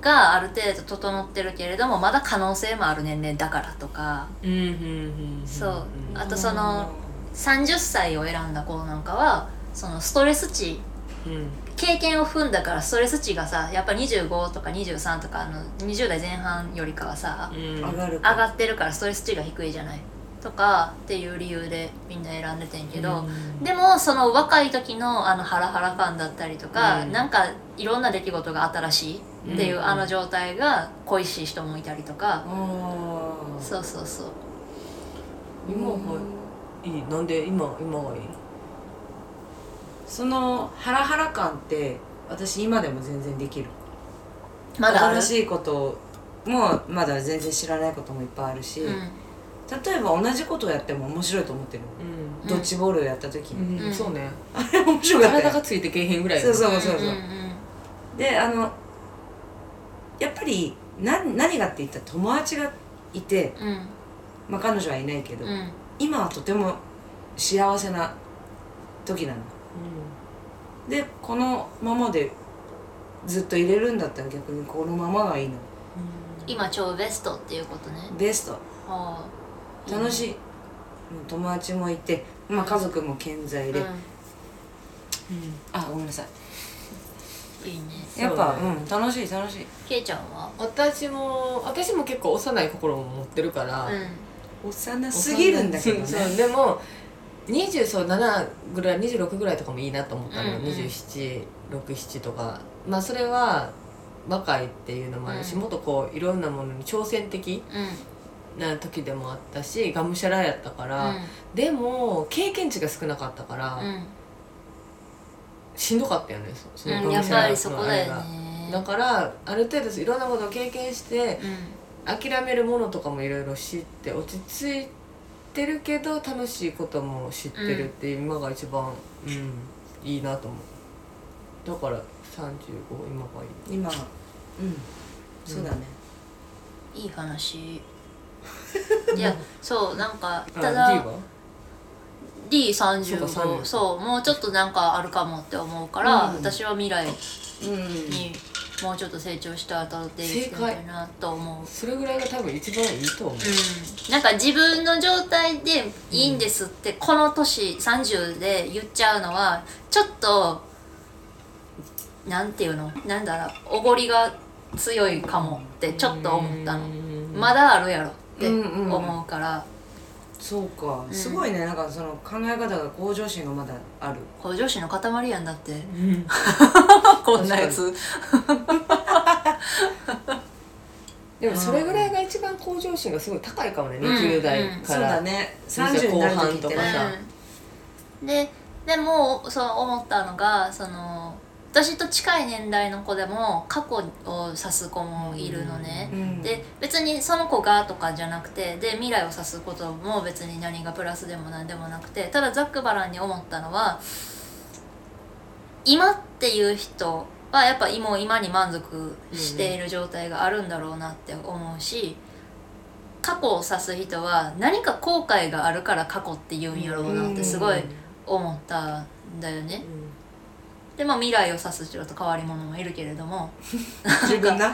がある程度整ってるけれどもまだ可能性もある年齢だからとかうんうんうんそうあととその30歳を選んだ子なんかはそのストレス値うん経験を踏んだからストレス値がさやっぱ25とか23とかあの20代前半よりかはさうん上がる上がってるからストレス値が低いじゃないとかっていう理由でみんな選んでてんけど、うんでもその若い時のあのハラハラ感だったりとか、うんなんかいろんな出来事が新しいっていう、うんあの状態が恋しい人もいたりとか、ああそうそうそう今はいいなんで今今がいいそのハラハラ感って私今でも全然できるまだある新しいこともまだ全然知らないこともいっぱいあるし、う例えば同じことをやっても面白いと思ってる、うドッジボールをやった時に、ん、うんそうねあれ (laughs) 面白かったよ体がついてけえへんぐらいそうそんうそうそう、んんであのやっぱりな何がって言ったら友達がいて、うんまあ、彼女はいないけど、うんうん今はとても幸せな時なのでこのままでずっと入れるんだったら逆にこのままがいいの今超ベストっていうことねベストはあ楽しい、もう友達もいて、まあ、家族も健在いで、ねあごめんなさうんいいねいやっぱそううねん楽しい楽しいけいちゃんは私も私も結構幼い心を持ってるから、う幼すぎるんだけどねそうそうでも27ぐらい26ぐらいとかもいいなと思ったの、うんうん2767とかまあそれは若いっていうのもあるし、うんもっとこういろんなものに挑戦的んうんな時でもあったしがむしゃらやったかうら、でも経験値が少なかったから、んしんどかったよねそそうんがうんやむっしゃぱらりそこだよのあねれがだからある程度いろんなことを経験してう諦めるものとかもいろいろ知って落ち着いてるけど楽しいことも知ってるって今が一番、うん、いいなと思うだから35今がいい今はうんそうだね、んいい話いやそうなんかあただ D は D35 そうそかうもうちょっとなんかあるかもって思うから、うん私は未来うんにもうちょっと成長して当たっていきたいなと思う、それぐらいが多分一番いいと思う、うん、なんか自分の状態でいいんですって、この年30で言っちゃうのはちょっとなんていうのなんだろうおごりが強いかもってちょっと思ったのまだだあるやろってうんうん思うからそうか、んすごいねなんかその考え方が向上心がまだある向上心の塊やんだってうんこんなやつでもそれぐらいが一番向上心がすごい高いかもね、ん20代そかうら、だね20 30になる時っ後半とてかねさうん、ででもそう思ったのがその私と近い年代の子でも過去を指す子もいるのねう、んで別にその子がとかじゃなくてで未来を指すことも別に何がプラスでも何でもなくてただざっくばらんに思ったのは今っていう人はやっぱもう今に満足している状態があるんだろうなって思うし、過去を指す人は何か後悔があるから過去って言うんやろうなってすごい思ったんだよね。でまあ未来を指す人と変わり者もいるけれども自分な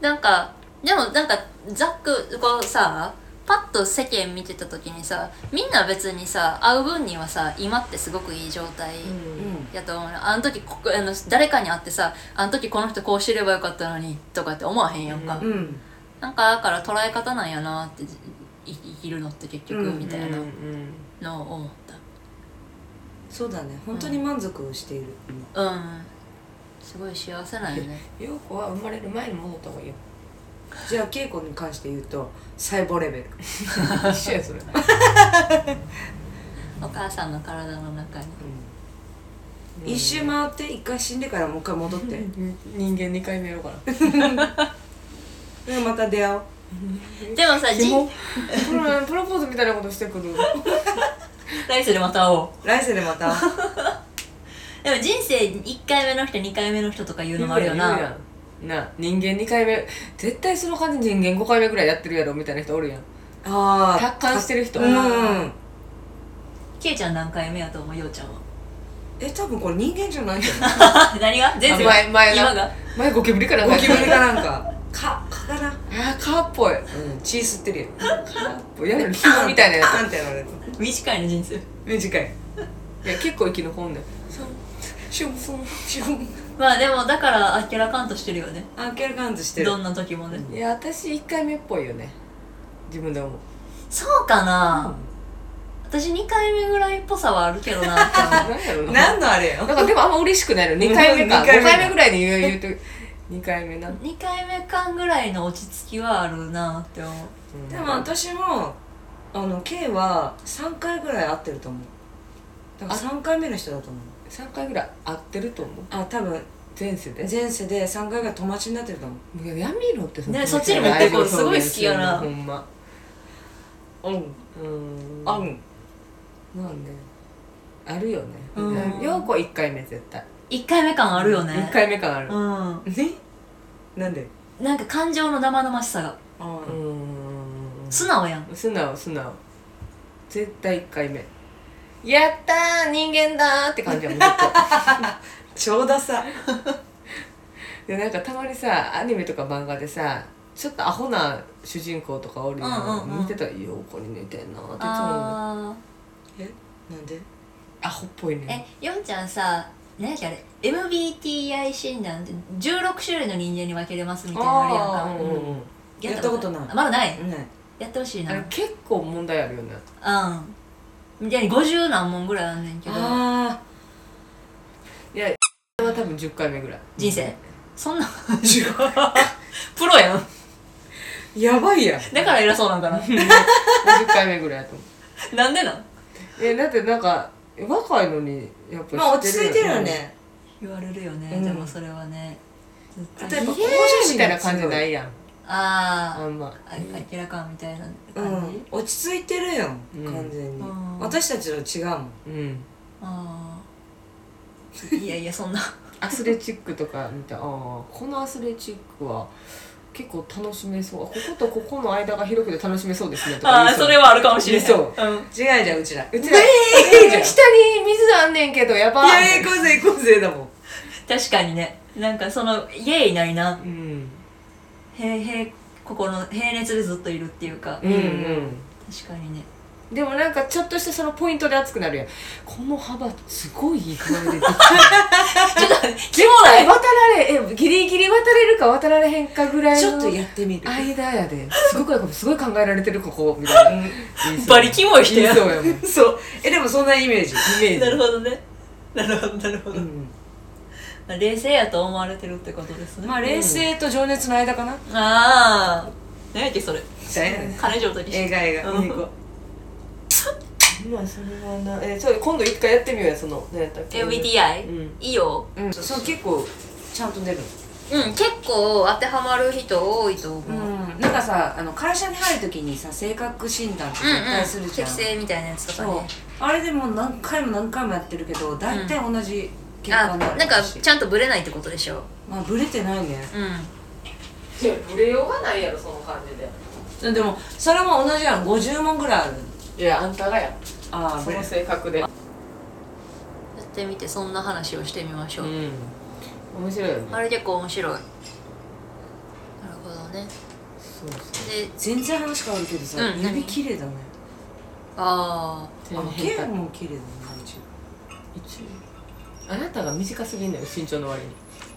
なんかでもなんかざっくこうさパッと世間見てた時にさみんな別にさ会う分にはさ今ってすごくいい状態。ううんんやと思うのあの時ここあの誰かに会ってさあの時この人こうしてればよかったのにとかって思わへんやんか、うんなんかだから捉え方なんやなってい生きるのって結局うんみたいなうんうんのを思ったそうだね本当に満足をしている、うん、すごい幸せなんよね陽子は生まれる前に戻った方がいいよじゃあ稽古に関して言うと細胞レベル一緒やそれお母さんの体の中に一周回って一回死んでからもう一回戻って人間2回目やろうかなでまた出会おうでもさキ人モプロプロポーズみたいなことしてくる来世でまた会おう来世でま (laughs) た会おうでも人生1回目の人2回目の人とか言うのもあるよな言うやんな人間2回目絶対その感じ人間5回目ぐらいやってるやろみたいな人おるやんああ達観してる人うんけいちゃん何回目やと思うようちゃんはえ多分これ人間じゃないんじゃ (laughs) ない何が全然あ前前な今が前ゴキブリかなゴキブリかなんか蚊蚊かなあーカーっぽいうん血吸ってるよぽいやる紐みたいなやあんたやられた短いの人生短いいや結構生き残んねシュンシュンシュンまあでもだからあっけらかんとしてるよねあケルカンズしてるどんな時もねいや私1回目っぽいよね自分で思うそうかな、私2回目ぐらいっぽさはあるけどなって思う何やろな何のあれなんよかでもあんま嬉しくないの2回目かうん5二回目回目ぐらいに言う言うと2回目な (laughs) うん2回目間ぐらいの落ち着きはあるなって思うでも私もあの K は3回ぐらい会ってると思うだから3回目の人だと思う3回ぐらい会ってると思うあ多分前世で前世で3回ぐらい友達になってると思いややめろってねそっちに持ってこうすごい好きやなほんまううんうんあんまあねあるよねうんようこ1回目絶対1回目感あるよね1回目感あるうんねなんでなんか感情の生々しさがあうーん素直やん素直素直絶対1回目やったー人間だーって感じやもんずっちょうださとでなんかたまにさアニメとか漫画でさちょっとアホな主人公とかおるよ、うんうんうん見てたら「ようこに似てんな」っていつも思うあえなんでアホっぽいーえねよんちゃんさ何やっけあれ MBTI 診断って16種類の人間に分けれますみたいなのあるやんーかうんうんうんやったことないあまだないねやってほしいあなうれ結構問題あるよねんみたいに50何問ぐらいあんねんけどあいやは多分10回目ぐらい人生そんな (laughs) プロやんあやばいやんだから偉そうなんかな10回目ぐらいやと思う (laughs) なんでなんえだってなんか若いのにやっぱまあ落ち着いてるようんね言われるよね、うんでもそれはねあ絶と対やにっぱ向イエーイみたいな感じなないいやんああんまーあ明らかみたいなう感じ、ん落ち着いてるようん完全にうん私たちと違うもんうんああいやいやそんなアスレチックとか見たああこのアスレチックは結構楽しめそうあこことここの間が広くて楽しめそうですねとかあ言あいそうそれはあるかもしれない言いうん、違うじゃんうちらうちら、えー下に水あんねんけどやばいやいや行こうぜ行こうぜだもん確かにねなんかそのイエイないなうん平平ここの平熱でずっといるっていうか、うんううん確かにねでもなんかちょっとしたそのポイントで熱くなるやんこの幅すごいいい具合でできたキモない渡られえギリギリ渡れるか渡られへんかぐらいちのょっとやってみる間やですごくなんかすごい考えられてるここみたいな言いそうバリキモい人言いやそうやもんイメそうえでもそんなイメージージ (laughs) なるほどねなるほどなるほど、うんまあ冷静やと思われてるってことですね、まあ冷静と情熱の間かなああ何やっけそれみたいな金城と映西画映画うん見に行こまあそれはなえそう今度一回やってみようやその何やったっけ MBTI、うんいいよううんそう結構ちゃんと出るうん結構当てはまる人多いと思う、ううんうんんなんかさあの会社に入るときにさ性格診断って絶対するじゃん適性みたいなやつとかそうねあれでも何回も何回もやってるけど大体同じ結あ果にななるんかしちゃんとブレないってことでしょまあブレてないねういやブレようがないやろその感じででもそれも同じやん50問ぐらいあるいやあんたがやああそブレの性格でんやってみてそんな話をしてみましょう、ん面白いよねあれ結構面白いなるほどねそうそうで全然話変わるけどさ、うん指何綺麗だねあ手あのケ変化イも綺麗だね一一応あなたが短すぎんのよ身長の割に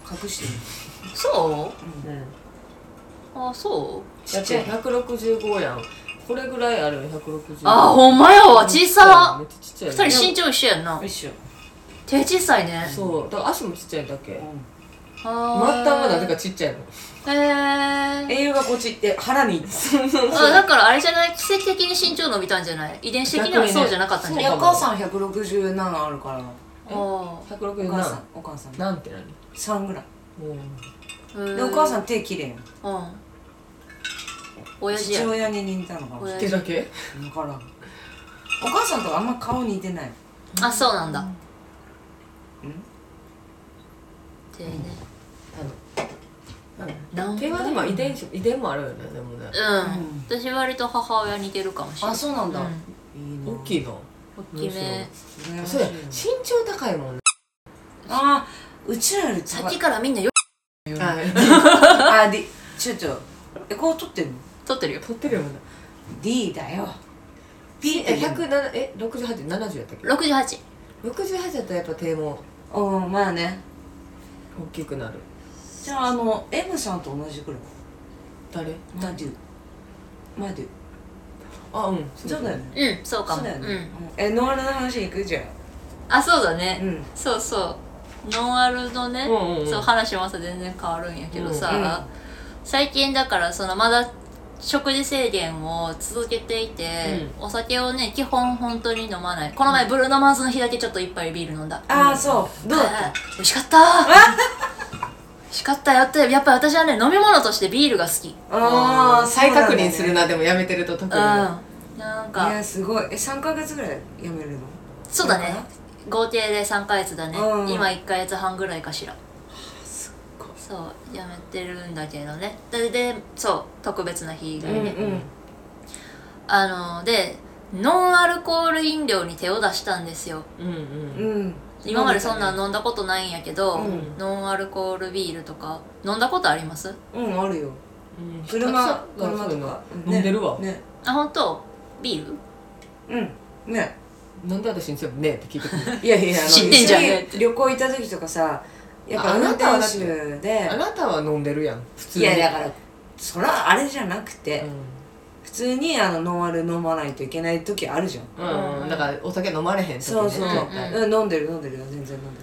応隠してるあそううんあそうちだっっちゃてい165やんこれぐらいあるよ165あほんまやわ小さめっちゃちっちゃいよ二人身長一緒やんな一緒手小さいねそうだから足もちっちゃいだけ末うあ端はなぜかかちっちゃいのへえん栄養がこっち行って腹に行ってあだからあれじゃない奇跡的に身長伸びたんじゃない遺伝子的にはそうじゃなかったんじゃない、逆にねお母さん167あるからそうあお母さ167んお母さんなんて何3ぐらいうんーでお母さん手綺麗やんうん親父父や親に似たのかもし親手父だけれないからんお母さんとかあんま顔似てないあそうなんだうん手ねあの手はでも遺伝子遺伝もあるよねでもねうん私割と母親似てるかもしれないそうなうんんいいな大きいな大きめそうや身長高いもんねあーうちらよりさっ高きいからみんなよ (laughs) ああ D ちょっとえこう取ってんの撮ってるよ撮ってるよね D だよ P ってえ言うの107え6870やったっけ68 68だったらやっぱ手もおーまあね大きくなるじゃああの M さんと同じくらい誰マデュマデュあうんそうだよねうんそうかそうもうだよね、んえノーラの話行くじゃんあそうだね、うんそうそうノンアルのね、うんうんうんそう話もさ全然変わるんやけどさ、うんうん最近だからそのまだ食事制限を続けていて、お酒をね基本本当に飲まないこの前ブルーノ・マーズの日だけちょっと一杯ビール飲んだああそうどうだったあー美味しかった (laughs) ー美味しかったよってやっぱり私はね飲み物としてビールが好きうんああ再確認するなでもやめてると特になんいやかすごいえ三ヶ月ぐらいやめるのそうだね合計で3ヶ月だね、うん今1ヶ月半ぐらいかしらごいそうやめてるんだけどねででそう特別な日以う外んね、うんあのでノンアルコール飲料に手を出したんですようんうんうん今までそんなん飲んだことないんやけど、うんノンアルコールビールとか飲んだことありますうんあるようん車そう車そうというのか飲んでるわねあ本当ビールねうんねなんで私に全部ねって聞いてくるいやいやあの知ってんじゃん一緒に旅行行った時とかさやっぱああ運なたはだっ転て手あでなたは飲んでるやん普通いにやだからそれはあれじゃなくて、う普通にあのノンアル飲まないといけない時あるじゃん、ん、うん、だからお酒飲まれへん時ねそうそう、絶対うん飲んでる飲んでるよ全然飲ん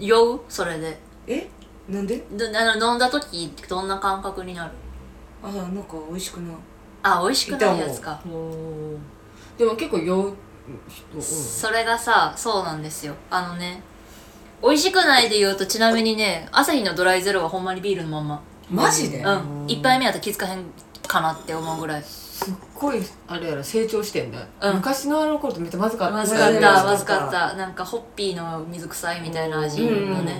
で酔うそれでるえなんでどあの飲んだ時どんな感覚になるあなんか美味しくないあ美味しくないやつかうんでも結構酔う人、それがさそうなんですよあのね美味しくないで言うとちなみにね朝日のドライゼロはほんまにビールのまんまマジで、うん一杯目やったら気づかへんかなって思うぐらいすっごいあれやら成長してんだ、うん昔のあの頃とめっちゃまずかったまずかっうんたまずかったなんかホッピーの水臭いみたいな味のね、うんうんうんうん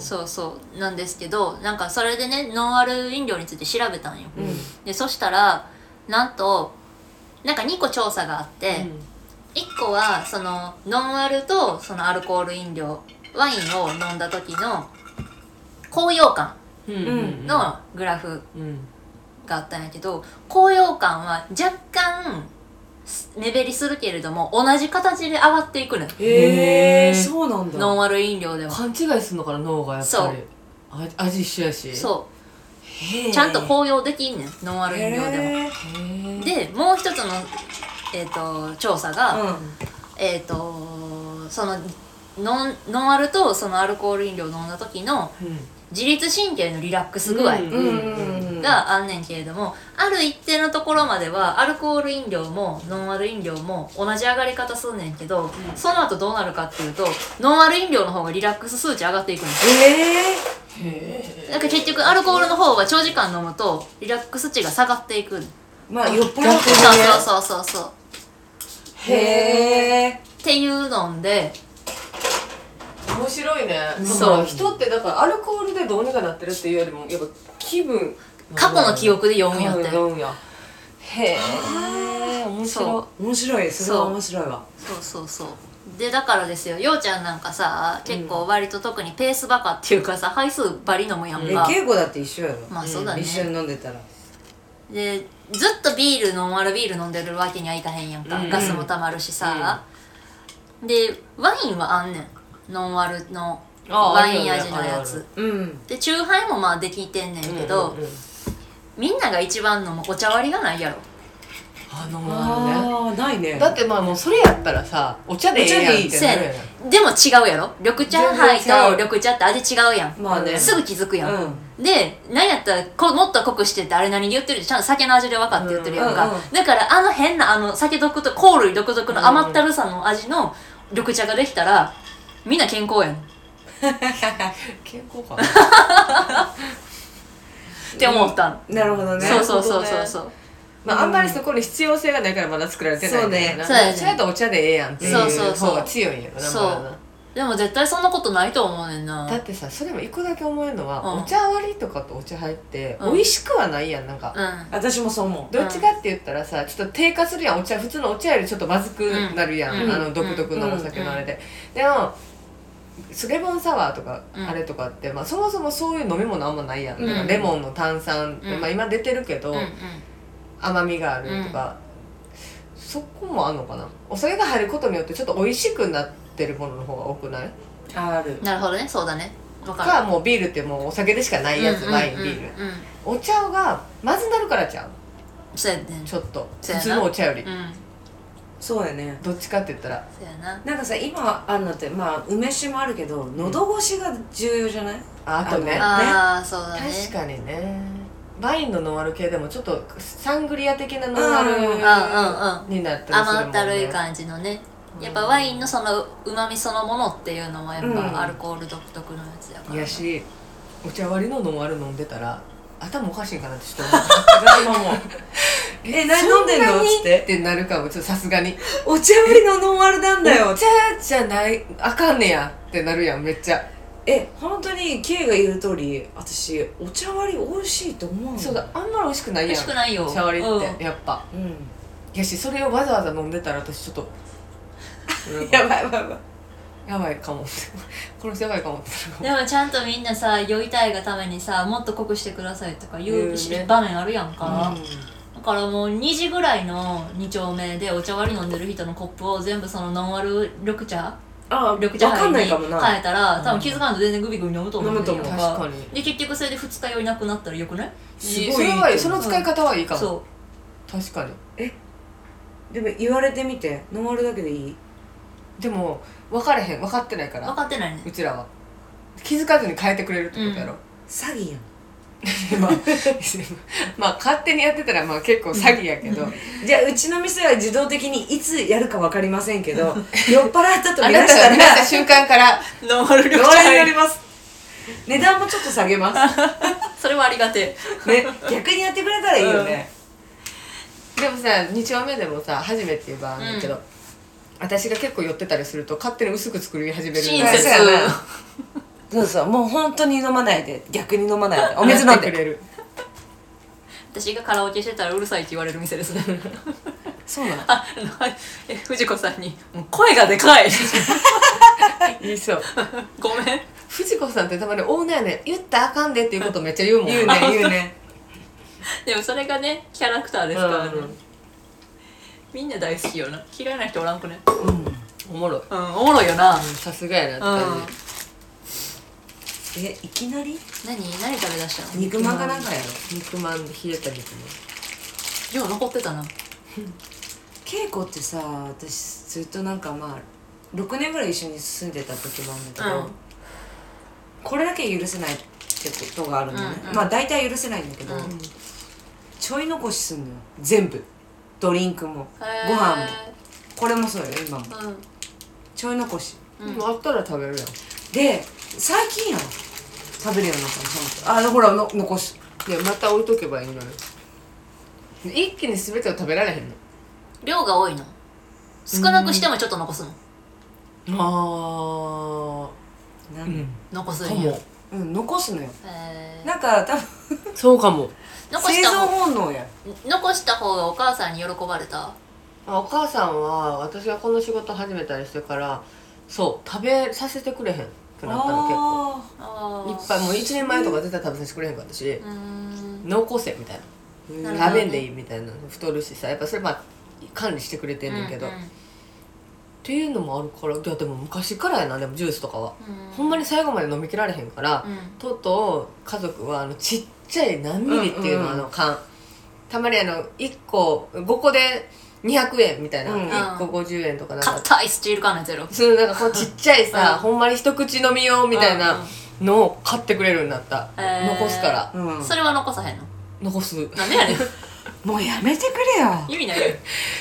そうそうなんですけどなんかそれでねノンアル飲料について調べたんよ、うんでそしたらなんとなんか2個調査があって、1個はそのノンアルとそのアルコール飲料ワインを飲んだ時の高揚感うんうんうんのグラフうんがあったんやけど高揚感は若干す目減りするけれども同じ形で上がっていくのよへへーえそうなんだノンアル飲料では勘違いするのかな脳がやっぱりあ味一緒やしうそうちゃんと高揚できんねんノンアル飲料でもへーでもう一つの、えー、と調査が、うえっ、とそのノンノンアルとそのアルコール飲料を飲んだ時の自律神経のリラックス具合うんんうんうんがあんねんけれども、ある一定のところまではアルコール飲料もノンアル飲料も同じ上がり方すんねんけど、その後どうなるかっていうとノンアル飲料の方がリラックス数値上がっていくんですえなんか結局アルコールの方は長時間飲むとリラックス値が下がっていく、ー、まあ酔っ払ってるねそうそうそうそうそうへえっていうので面白いねそうそう人ってだからアルコールでどうにかなってるっていうよりもやっぱ気分過去の記憶で読むんややって読むんやへえ面そう白面白いそれは面白いわそうそうそうでだからですよようちゃんなんかさ結構割と特にペースバカっていうかさ杯数バリ飲むやんえか、稽古だって一緒やろ、まあそうだね、一緒に飲んでたらでずっとビールノンアルビール飲んでるわけにはいかへんやんか、うんガスもたまるしさ、でワインはあんねんノンアルのあワイン味のあるあるやあるつうんでチューハイもまあできてんねんいけど、うんうんうんみんなが一番飲むお茶割りがないやろあ飲むあるねああないねだってまあもうそれやったらさお茶でええやんってせやなるねやんんでも違うやろ緑茶杯全然違とう緑茶って味違うやんまあねすぐ気づくやん、うんで何やったらこもっと濃くしてってあれ何言ってるちゃんと酒の味で分かって言ってるやんか、うんうんうんだからあの変なあの酒独特香類独特の甘ったるさの味の緑茶ができたらみんな健康やんっ健康かなて思ったの、なるほどねそうそうそうなるほどそうねそう、 (laughs) まあ、あんまりそこに必要性がないからまだ作られてないんだよなそうねそうやねそれやったらお茶でええやんっていそうそううそう方が強いんやろなそうまだなでも絶対そんなことないと思うねんなだってさそれも一個だけ思えるのは、うおん茶割りとかとお茶入ってうん美味しくはないやんなんか、う私もそう思うどっちかって言ったらさちょっと低下するやんお茶普通のお茶よりちょっとまずくなるやん、うんあの独特のお酒のあれで、でもスレモンサワーとかうんあれとかって、まあ、そもそもそういう飲み物あんまないやん,、うんなんかレモンの炭酸って、うんまあ、今出てるけど、うんうん甘みがあるとか、そこもあんのかなお酒が入ることによってちょっと美味しくなってるものの方が多くないあるなるほどねそうだねわかるかもうビールってもうお酒でしかないやつ、うんうんうんワインビールうおん茶がまずなるからちゃうそうやねちょっとそうや普な通のお茶より、うんそうやねどっちかって言ったらそうやななんかさ今あるのってまあ梅酒もあるけど喉越しが重要じゃないああとねあああそうだね確かにねワインのノンアル系でもちょっとサングリア的なノンアうんうんうルんになったりするもんね甘ったるい感じのねやっぱワインのそのうまみそのものっていうのもやっうんぱアルコール独特のやつやからいやしお茶割りのノンアル飲んでたら頭おかしいかなってちょっと思う私ももう (laughs) え何飲んでんのそっなにつってってなるかもちょっとさすがにお茶売りのノンアルなんだよお茶じゃないあかんねやってなるやんめっちゃ、え本当に K が言う通り私お茶割り美味しいと思うのそうだあんまり美味しくないやん美味しくないよお茶割りうっんて、やっぱうんいやしそれをわざわざ飲んでたら私ちょっとなんか (laughs) やばいやばいやばいやばいかもって (laughs) この人やばいかもってなるかもでもちゃんとみんなさ酔いたいがためにさもっと濃くしてくださいとか言言ううしね場面あるやんか、うんだからもう2時ぐらいの2丁目でお茶割り飲んでる人のコップを全部そのノンアル緑茶あ緑茶わかんないかもにな変えたら多分気づかないと全然グビグビ飲むと思うんだよ飲むと確思かにで結局それで2日酔いなくなったらよくないすごいいいそれはいいその使い方はいいかも、そ確かにでも言われてみてノンアルだけでいいでも分かれへん分かってないかう分らかってないねうちらは気づかずに変えてくれるってことやろ、詐欺やんまあ (laughs) まあ勝手にやってたらまあ結構詐欺やけどじゃあうちの店は自動的にいつやるかわかりませんけど酔っ払ったとあ見な出したが見たら出した瞬間からノンアルノンアルになります値段もちょっと下げます (laughs) それはありがてね逆にやってくれたらいいよね、でもさ2丁目でもさ初めて言えばだけど、うん私私が結構寄ってたりすると勝手に薄く作り始める親切そうやなそうそうもう本当に飲まないで逆に飲まないでおお水水飲飲んんででくれる私がカラオケしてたらうるさいって言われる店です (laughs) ねそうなのあはいえ藤子さんに「もう声がでかい言いそうごめん藤子さんってたまに「オーナーやねん言ったらあかんで」っていうことめっちゃ言うもん言うね言うねでもそれがねキャラクターですからね、うんみんな大好きよな嫌いな人おらんくねうん (laughs) おもろいうんおもろいよな、うんさすがやなって感じ、えいきなり何何食べ出したの肉まんかなんかやろ肉まん冷えた肉量残ってたな稽古ってさ私ずっとなんかまあ6年ぐらい一緒に住んでた時もあるんだけど、うんこれだけ許せないってことがあるのね、うんうんまあ大体許せないんだけど、うんまんちょい残しすんのよ全部ドリンクもへーご飯もこれもそうよ今もちょい残しうんうんもうあったら食べるやんで最近やん食べるようになったのちゃんとあほらの残しいやまた置いとけばいいのよ一気に全てを食べられへん量が多いの少なくしてもちょっと残すののあなあん、うん残すかんやもうん、残すのよへーなんか多分そうかも残生した存方本能や残した方がお母さんに喜ばれたあお母さんは私がこの仕事始めたりしてからそう食べさせてくれへんくなったの結構ああいっぱいもう1年前とか絶対食べさせてくれへんかったしうーん残せみたいななーるほど食べんでいいみたいな太るしさやっぱそれまあ管理してくれてんねんけど、うっていうのもあるからいやでも昔からやなでもジュースとかは、うんほんまに最後まで飲みきられへんから、うんとうとう家族はあのちっちゃい何ミリっていうの、うんうんあの缶たまにあの1個5個で200円みたいな、うん1個50円とかなんか、硬いスチール缶のやつやろそういうなんかこうちっちゃいさ、うんほんまに一口飲みようみたいうんなのを買ってくれるようになった、へー残すからうんそれは残さへんの残すなんでやねんもうやめてくれよ意味ないよ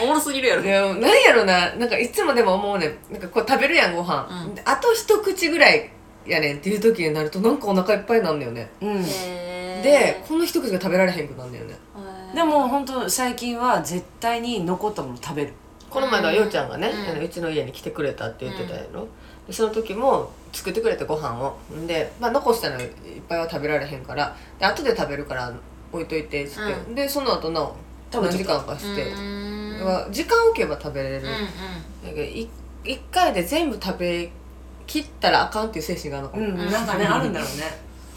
おもろすぎるやろでもなんやろななんかいつもでも思うねんなんかこう食べるやんご飯、うんあと一口ぐらいやねんっていう時になるとなんかお腹いっぱいなんだよねうんへーでこの一口が食べられへんくなんだよねへーでも本当最近は絶対に残ったもの食べるこの前のようちゃんがね、うんあのうちの家に来てくれたって言ってたやろ、でその時も作ってくれてご飯をんで、まあ、残したのいっぱいは食べられへんからで後で食べるから置いといてっつって、うでその後の食べ何時ちゃった間かしうて、ーんは時間置けば食べれる、うんうんだけどい一回で全部食べ切ったらあかんっていう精神があるのかうも、ん、なんかね、あるんだろ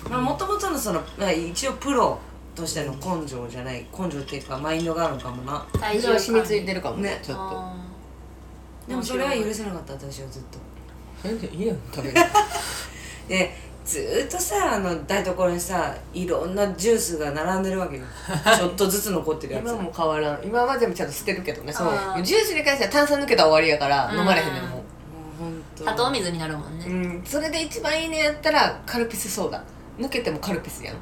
うね。まあ、もともとのその、まあ、一応プロとしての根性じゃない、根性っていうか、マインドがあるのかもな。体体重重は染みついてるかもねねちょっとあでも、それは許せなかった、私はずっと。えでいいやん食べるで、ずーっとさ、あの台所にさ、いろんなジュースが並んでるわけ (laughs) よ。ちょっとずつ残ってるやつ今。も変わらん今はでもちゃんと捨てるけどねそあーうジュースに関しては炭酸抜けたら終わりやからうん飲まれへんねんもうもう本当ー砂糖水になるもんねうんそれで一番いいねやったらカルピスソーダ抜けてもカルピスやんう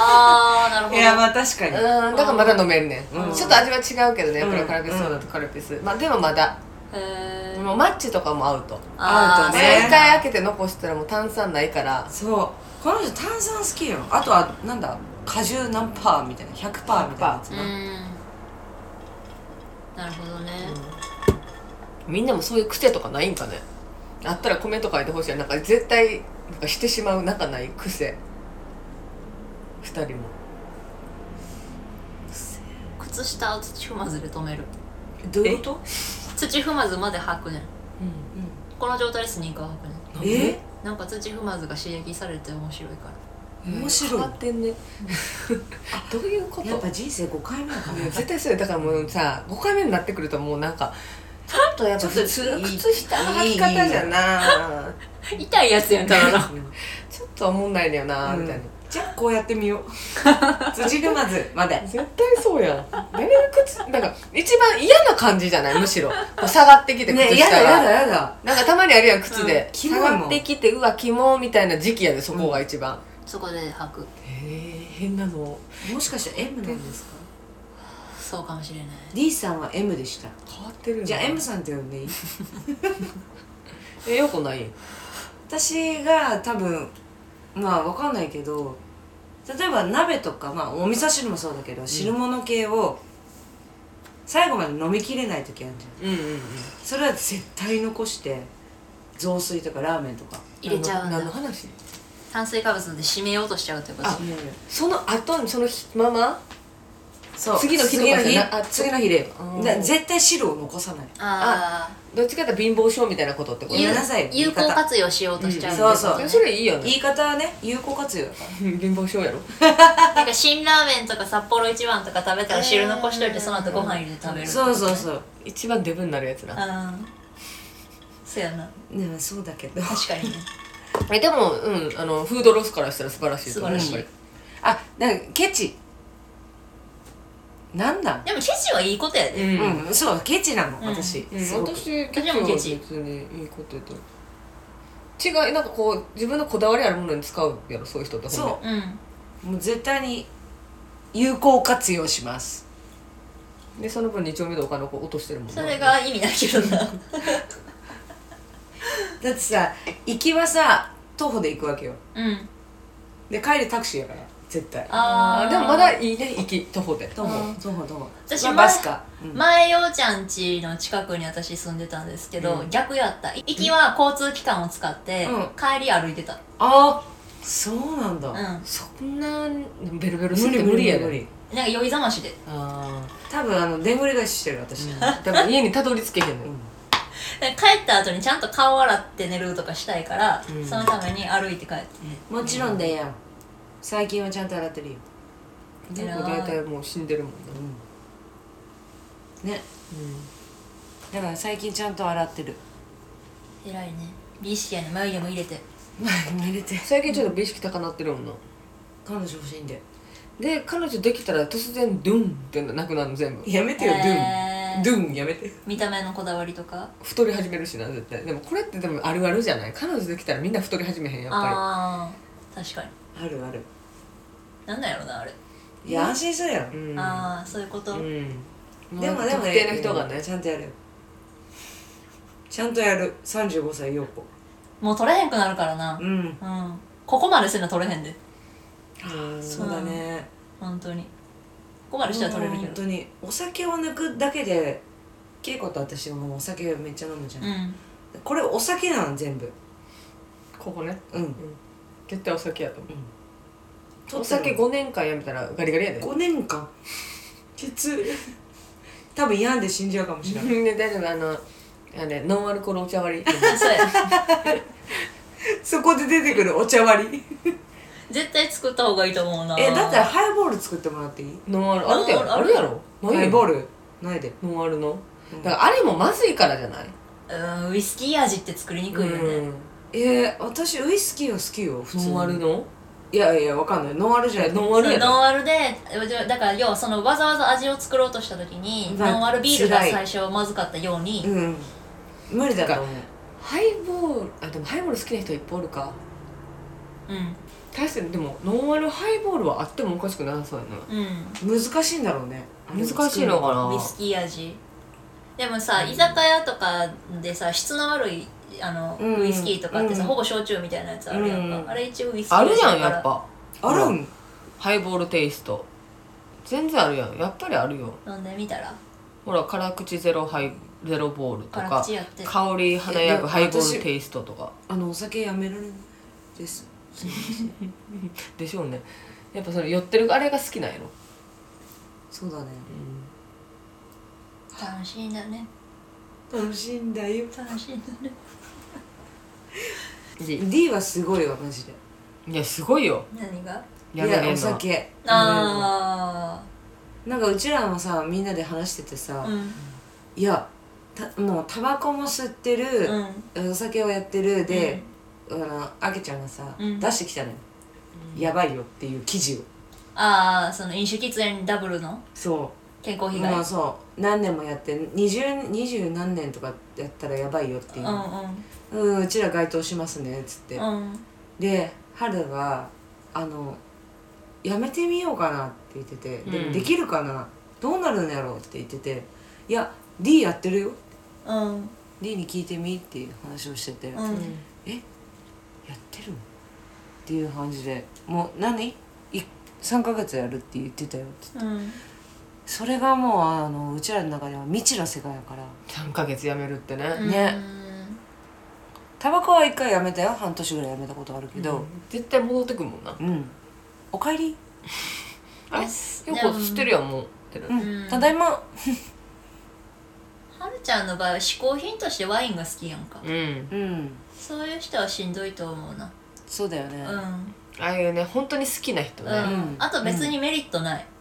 ああなるほいどやまあ確かに、んだからまだ飲めるね、うんん、ちょっと味は違うけどねやっぱうりんカルピスソーダとカルピス、まあでもまだへーもうマッチとかも合うとあー合うと一ねそういう回開けて残したらもう炭酸ないからそうこの人炭酸好きよあとはなんだ果汁何パーみたいな100パーみたいなやつうな、んなるほどね、みんなもそういう癖とかないんかねあったらコメント書いてほしいなんか絶対なんかしてしまう仲ない癖2人も靴下を土踏まずで止めるどういうこと土踏まずまで履くねんこの状態でスニーカー履くねんなんでえなんか土踏まずが刺激されて面白いから面白い変わってん (laughs) ねどういうことやっぱ人生5回目だからね絶対そうよだからもうさ5回目になってくるともうなんかちょっとやっぱちょっと普通の靴下の履き方じゃな痛いやつやんた (laughs) だのちょっと思んないんだよなうんみたいな、じゃあこうやってみよ (laughs) う辻沼津まで絶対そうやん誰が靴なんか一番嫌な感じじゃないむしろこう下がってきて靴ねや下だが、やだやだなんかたまにあるやん靴うで、キモ下いもんがってきてうわキモみたいな時期やでそこが一番、 (laughs) そこで履くへえ変なのもしかして M なんですかそうかもしれない D さんは M でした変わってるよなじゃあ M さんって呼んでいいえよくない私が多分まあわかんないけど例えば鍋とか、まあ、お味噌汁もそうだけど汁物系を最後まで飲みきれない時あるじゃんうんうんうんそれは絶対残して雑炊とかラーメンとか入れちゃうんだ何の話炭水化物で締めようとしちゃうってことあその後にその日ままそう次の日とか次のじ日ゃなあ次の日でうんだ絶対汁を残さないああどっちかっていうと貧乏症みたいなことってことごめ有んなさい言有い方効活用しようとしちゃうってことうんそうそれいいよね言い方はね有効活用だから貧乏症やろなんか辛ラーメンとか札幌一番とか食べたら汁残しといてその後ご飯入れて食べるそうそうそう一番デブになるやつなうんそうやなねまあそうだけど確かにねえでもうんあのフードロスからしたら素晴らしいと思う素晴らしあなんかケチなんだでもケチはいいことやで、うん、うんうん、そうケチなのうん私うん、すごく私私もケチ別にいいことやと違いなんかこう自分のこだわりあるものに使うやろそういう人ってそうんうもう絶対に有効活用しますうでその分2丁目でお金をこう落としてるもんなそれが意味ないけどなだってさ行きはさ徒歩で行くわけようんで帰りタクシーやから絶対ああーあでもまだいいね行き徒歩で徒うん歩徒歩徒歩私まあ前バスか、うん前ようちゃん家の近くに私住んでたんですけど、うん逆やった行きは交通機関を使って、うん帰り歩いてたああそうなんだ、うん無なんかそんなベルベルす理る無無理理ややで、無ね、理酔いざましであ多分あのでんぐり返ししてる私、あ多分家にたどり着けへん (laughs) のよで帰った後にちゃんと顔洗って寝るとかしたいから、うんそのために歩いて帰ってもちろんでやん最近はちゃんと洗ってるよ、偉いなんか大体もう死んでるもんな、うん、ねだから最近ちゃんと洗ってる偉いね美意識やね眉毛も入れて入れて最近ちょっと美意識高なってるもんな彼女欲しいんでで彼女できたら突然ドゥンってなくなるの全部やめてよ、えードゥンドゥンやめて見た目のこだわりとか太り始めるしな絶対でもこれってでもあるあるじゃない彼女できたらみんな太り始めへんやっぱああ確かにあるあるなんなんやろなあれ、いや安心するやろりうんああそういうこと、うんでもでも特定の人がねちゃんとやるちゃんとやる35歳陽子もう取れへんくなるからなうんうん、ここまでせな取れへんでそうだね本当にここまでしたら取れるけ本ど当にお酒を抜くだけで恵子と私はもうお酒めっちゃ飲むじゃん、うんこれお酒なの全部ここねうん絶対お酒やと思うお取って酒る5年間やめたらガリガリやで5年間 (laughs) きつい多分病んで死んじゃうかもしれないね大丈夫あのあねノンアルコールお茶割りそうや (laughs) そこで出てくるお茶割り絶対作った方がいいと思うなえだったらハイボール作ってもらっていいノンアルあるだよああるるやろないよハイボールないでノンアルのうんだからあれもまずいからじゃないうんウイスキー味って作りにくいよね、えー、私ウイスキーは好きよ普うん通ノンアルにのいやいやわかんないノンアルじゃないノンアルやろノンアルでだから要はそのわざわざ味を作ろうとした時にまあノンアルビールが辛い最初まずかったように、うん無理だと思うハイボールあでもハイボール好きな人いっぱいおるかうん大してでもノンアルハイボールはあってもおかしくなさそうやなうん難しいんだろうね難しいのかなウイスキー味でもさ居酒屋とかでさ質の悪いあの、うんウイスキーとかってさ、うんほぼ焼酎みたいなやつあるやんか、うんあれ一応ウイスキーあるやん味だからやっぱあるんハイボールテイスト全然あるやんやっぱりあるよ飲んでみたらほら辛口ゼロハイゼロボールと辛か口やって香り華やぐえハイボールテイストとかあのお酒やめられない (laughs) ですでしょうねやっぱその寄ってるあれが好きなんやろ、そうだね楽しいんだね楽しいんだよ楽しいんだねで D はすごいわマジでいやすごいよ何がやめいれんのやはお酒あなんかうちらもさみんなで話しててあさ、うんいやたもうタバコも吸ってうる、んお酒をやってるで、あのあけちゃんがさ、うん出してきたのよ、うんやばいよっていう記事をああその飲酒喫煙ダブルのそ健康う被害、もうそう何年もやって二十二十何年とかやったらやばいよっていう、ううん、うちら該当しますねっつって、んうんうんで春はあのやめてみようかなって言ってて、でうんできるかなどうなるんやろうって言ってていや D やってるようん、 D に聞いてみっていう話をしてて、うやんってるのっていう感じでもう何い3ヶ月やるって言ってたよってうん、それがもうあのうちらの中では未知の世界やから3ヶ月やめるってね、ねタバコは1回やめたよ半年ぐらいやめたことあるけど絶対戻ってくもんなうん、おかえりあれよでもく知ってるやんもうってるうん、うんただいまはるちゃんの場合は嗜好品としてワインが好きやんか、うんうんそういう人はしんどいと思うなそうだよね、うん、ああいうね本当に好きな人うんね、んあと別にメリットない、うん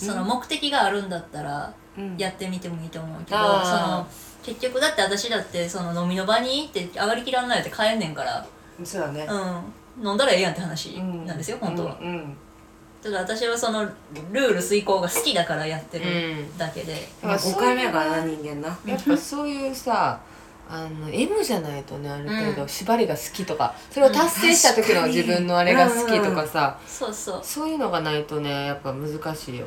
その目的があるんだったらうんやってみてもいいと思うけど、そのあ結局だって私だってその飲みの場に行って上がりきらんないって帰んねんから、そうだねうん、飲んだらええやんって話なんですよ、本当は、うんうんただ私はそのルール遂行が好きだからやってうるんだけで、だから5そう回い目うやからな人間なやっぱそういうさあの M じゃないとねある程う度ん縛りが好きとかそれを達成した時の自分のあれが好きとかさそうそうそういうのがないとねやっぱ難しいよ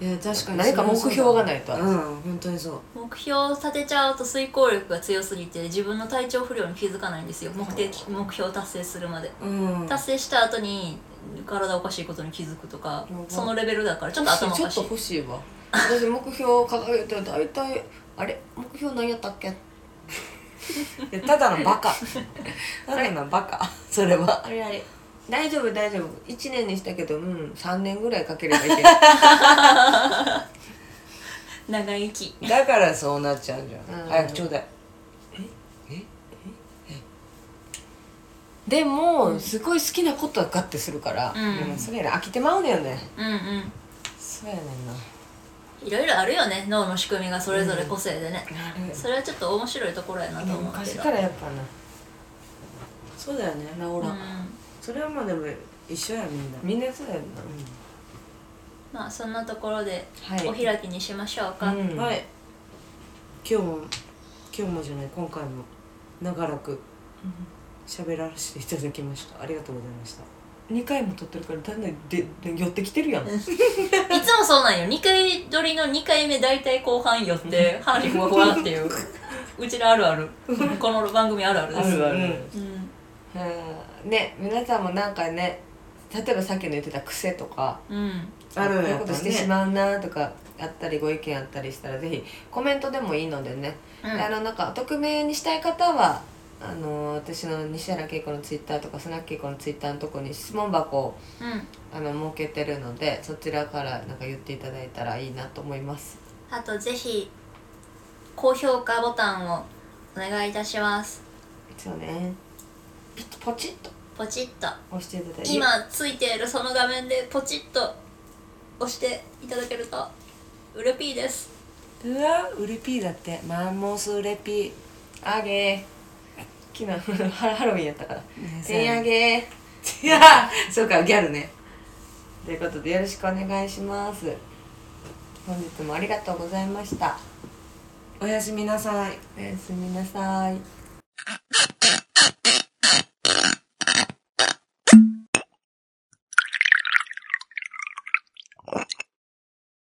いや確かに何か目標がないとうん本当にそう目標を立てちゃうと遂行力が強すぎて自分の体調不良に気づかないんですよ目的目標を達成するまでうん達成した後に体おかしいことに気づくとかうんそのレベルだからちょっと頭おちょかっしとい欲しいわ私目標を掲げて大体あれ目標何やったっけいやただの (laughs) バカただのバカそれはあれあれ大丈夫大丈夫1年にしたけどうん3年ぐらいかければいける長生きだからそうなっちゃうじゃん、うん早くちょうだい (laughs) でもすごい好きなことはガッてするから、うんもそれより飽きてまうねよねうんうんそうやねんないろいろあるよね脳の仕組みがそれぞれ個性でね、なるそれはちょっと面白いところやなと思うけ昔どからやっぱなそうだよね直らん、うんそれはまあでも一緒やみんなみんなそうやんな、まあそんなところではいお開きにしましょうか、うんはい今日も今日もじゃない今回も長らく喋らせていただきましたありがとうございました2回も撮ってるからだんだんでで寄ってきてるやんいつもそうなんよ2回撮りの2回目大体後半よって話ふわふわっていううちらあるあるこの番組あるあるですあるうんうんね皆さんもなんかね例えばさっきの言ってた癖とかうんあるこんういやうっこたとらしてしねまうなとかあったりご意見あったりしたらぜひコメントでもいいのでね、うんあのなんか匿名にしたい方はあの私の西原恵子のツイッターとかスナッキー子のツイッターのとこに質問箱をうんあの設けてるのでそちらからなんか言っていただいたらいいなと思いますあとぜひ高評価ボタンをお願いいたしますそうねちょっとポチッとポチッと押していただいて今ついているその画面でポチッと押していただけるとうれぴーですうわウルピーだってマンモスウレピあげー昨日 (laughs) ハハロウィンやったからー、ね全員あげー (laughs) いやそうかギャルねということでよろしくお願いします本日もありがとうございましたおやすみなさいおやすみなさい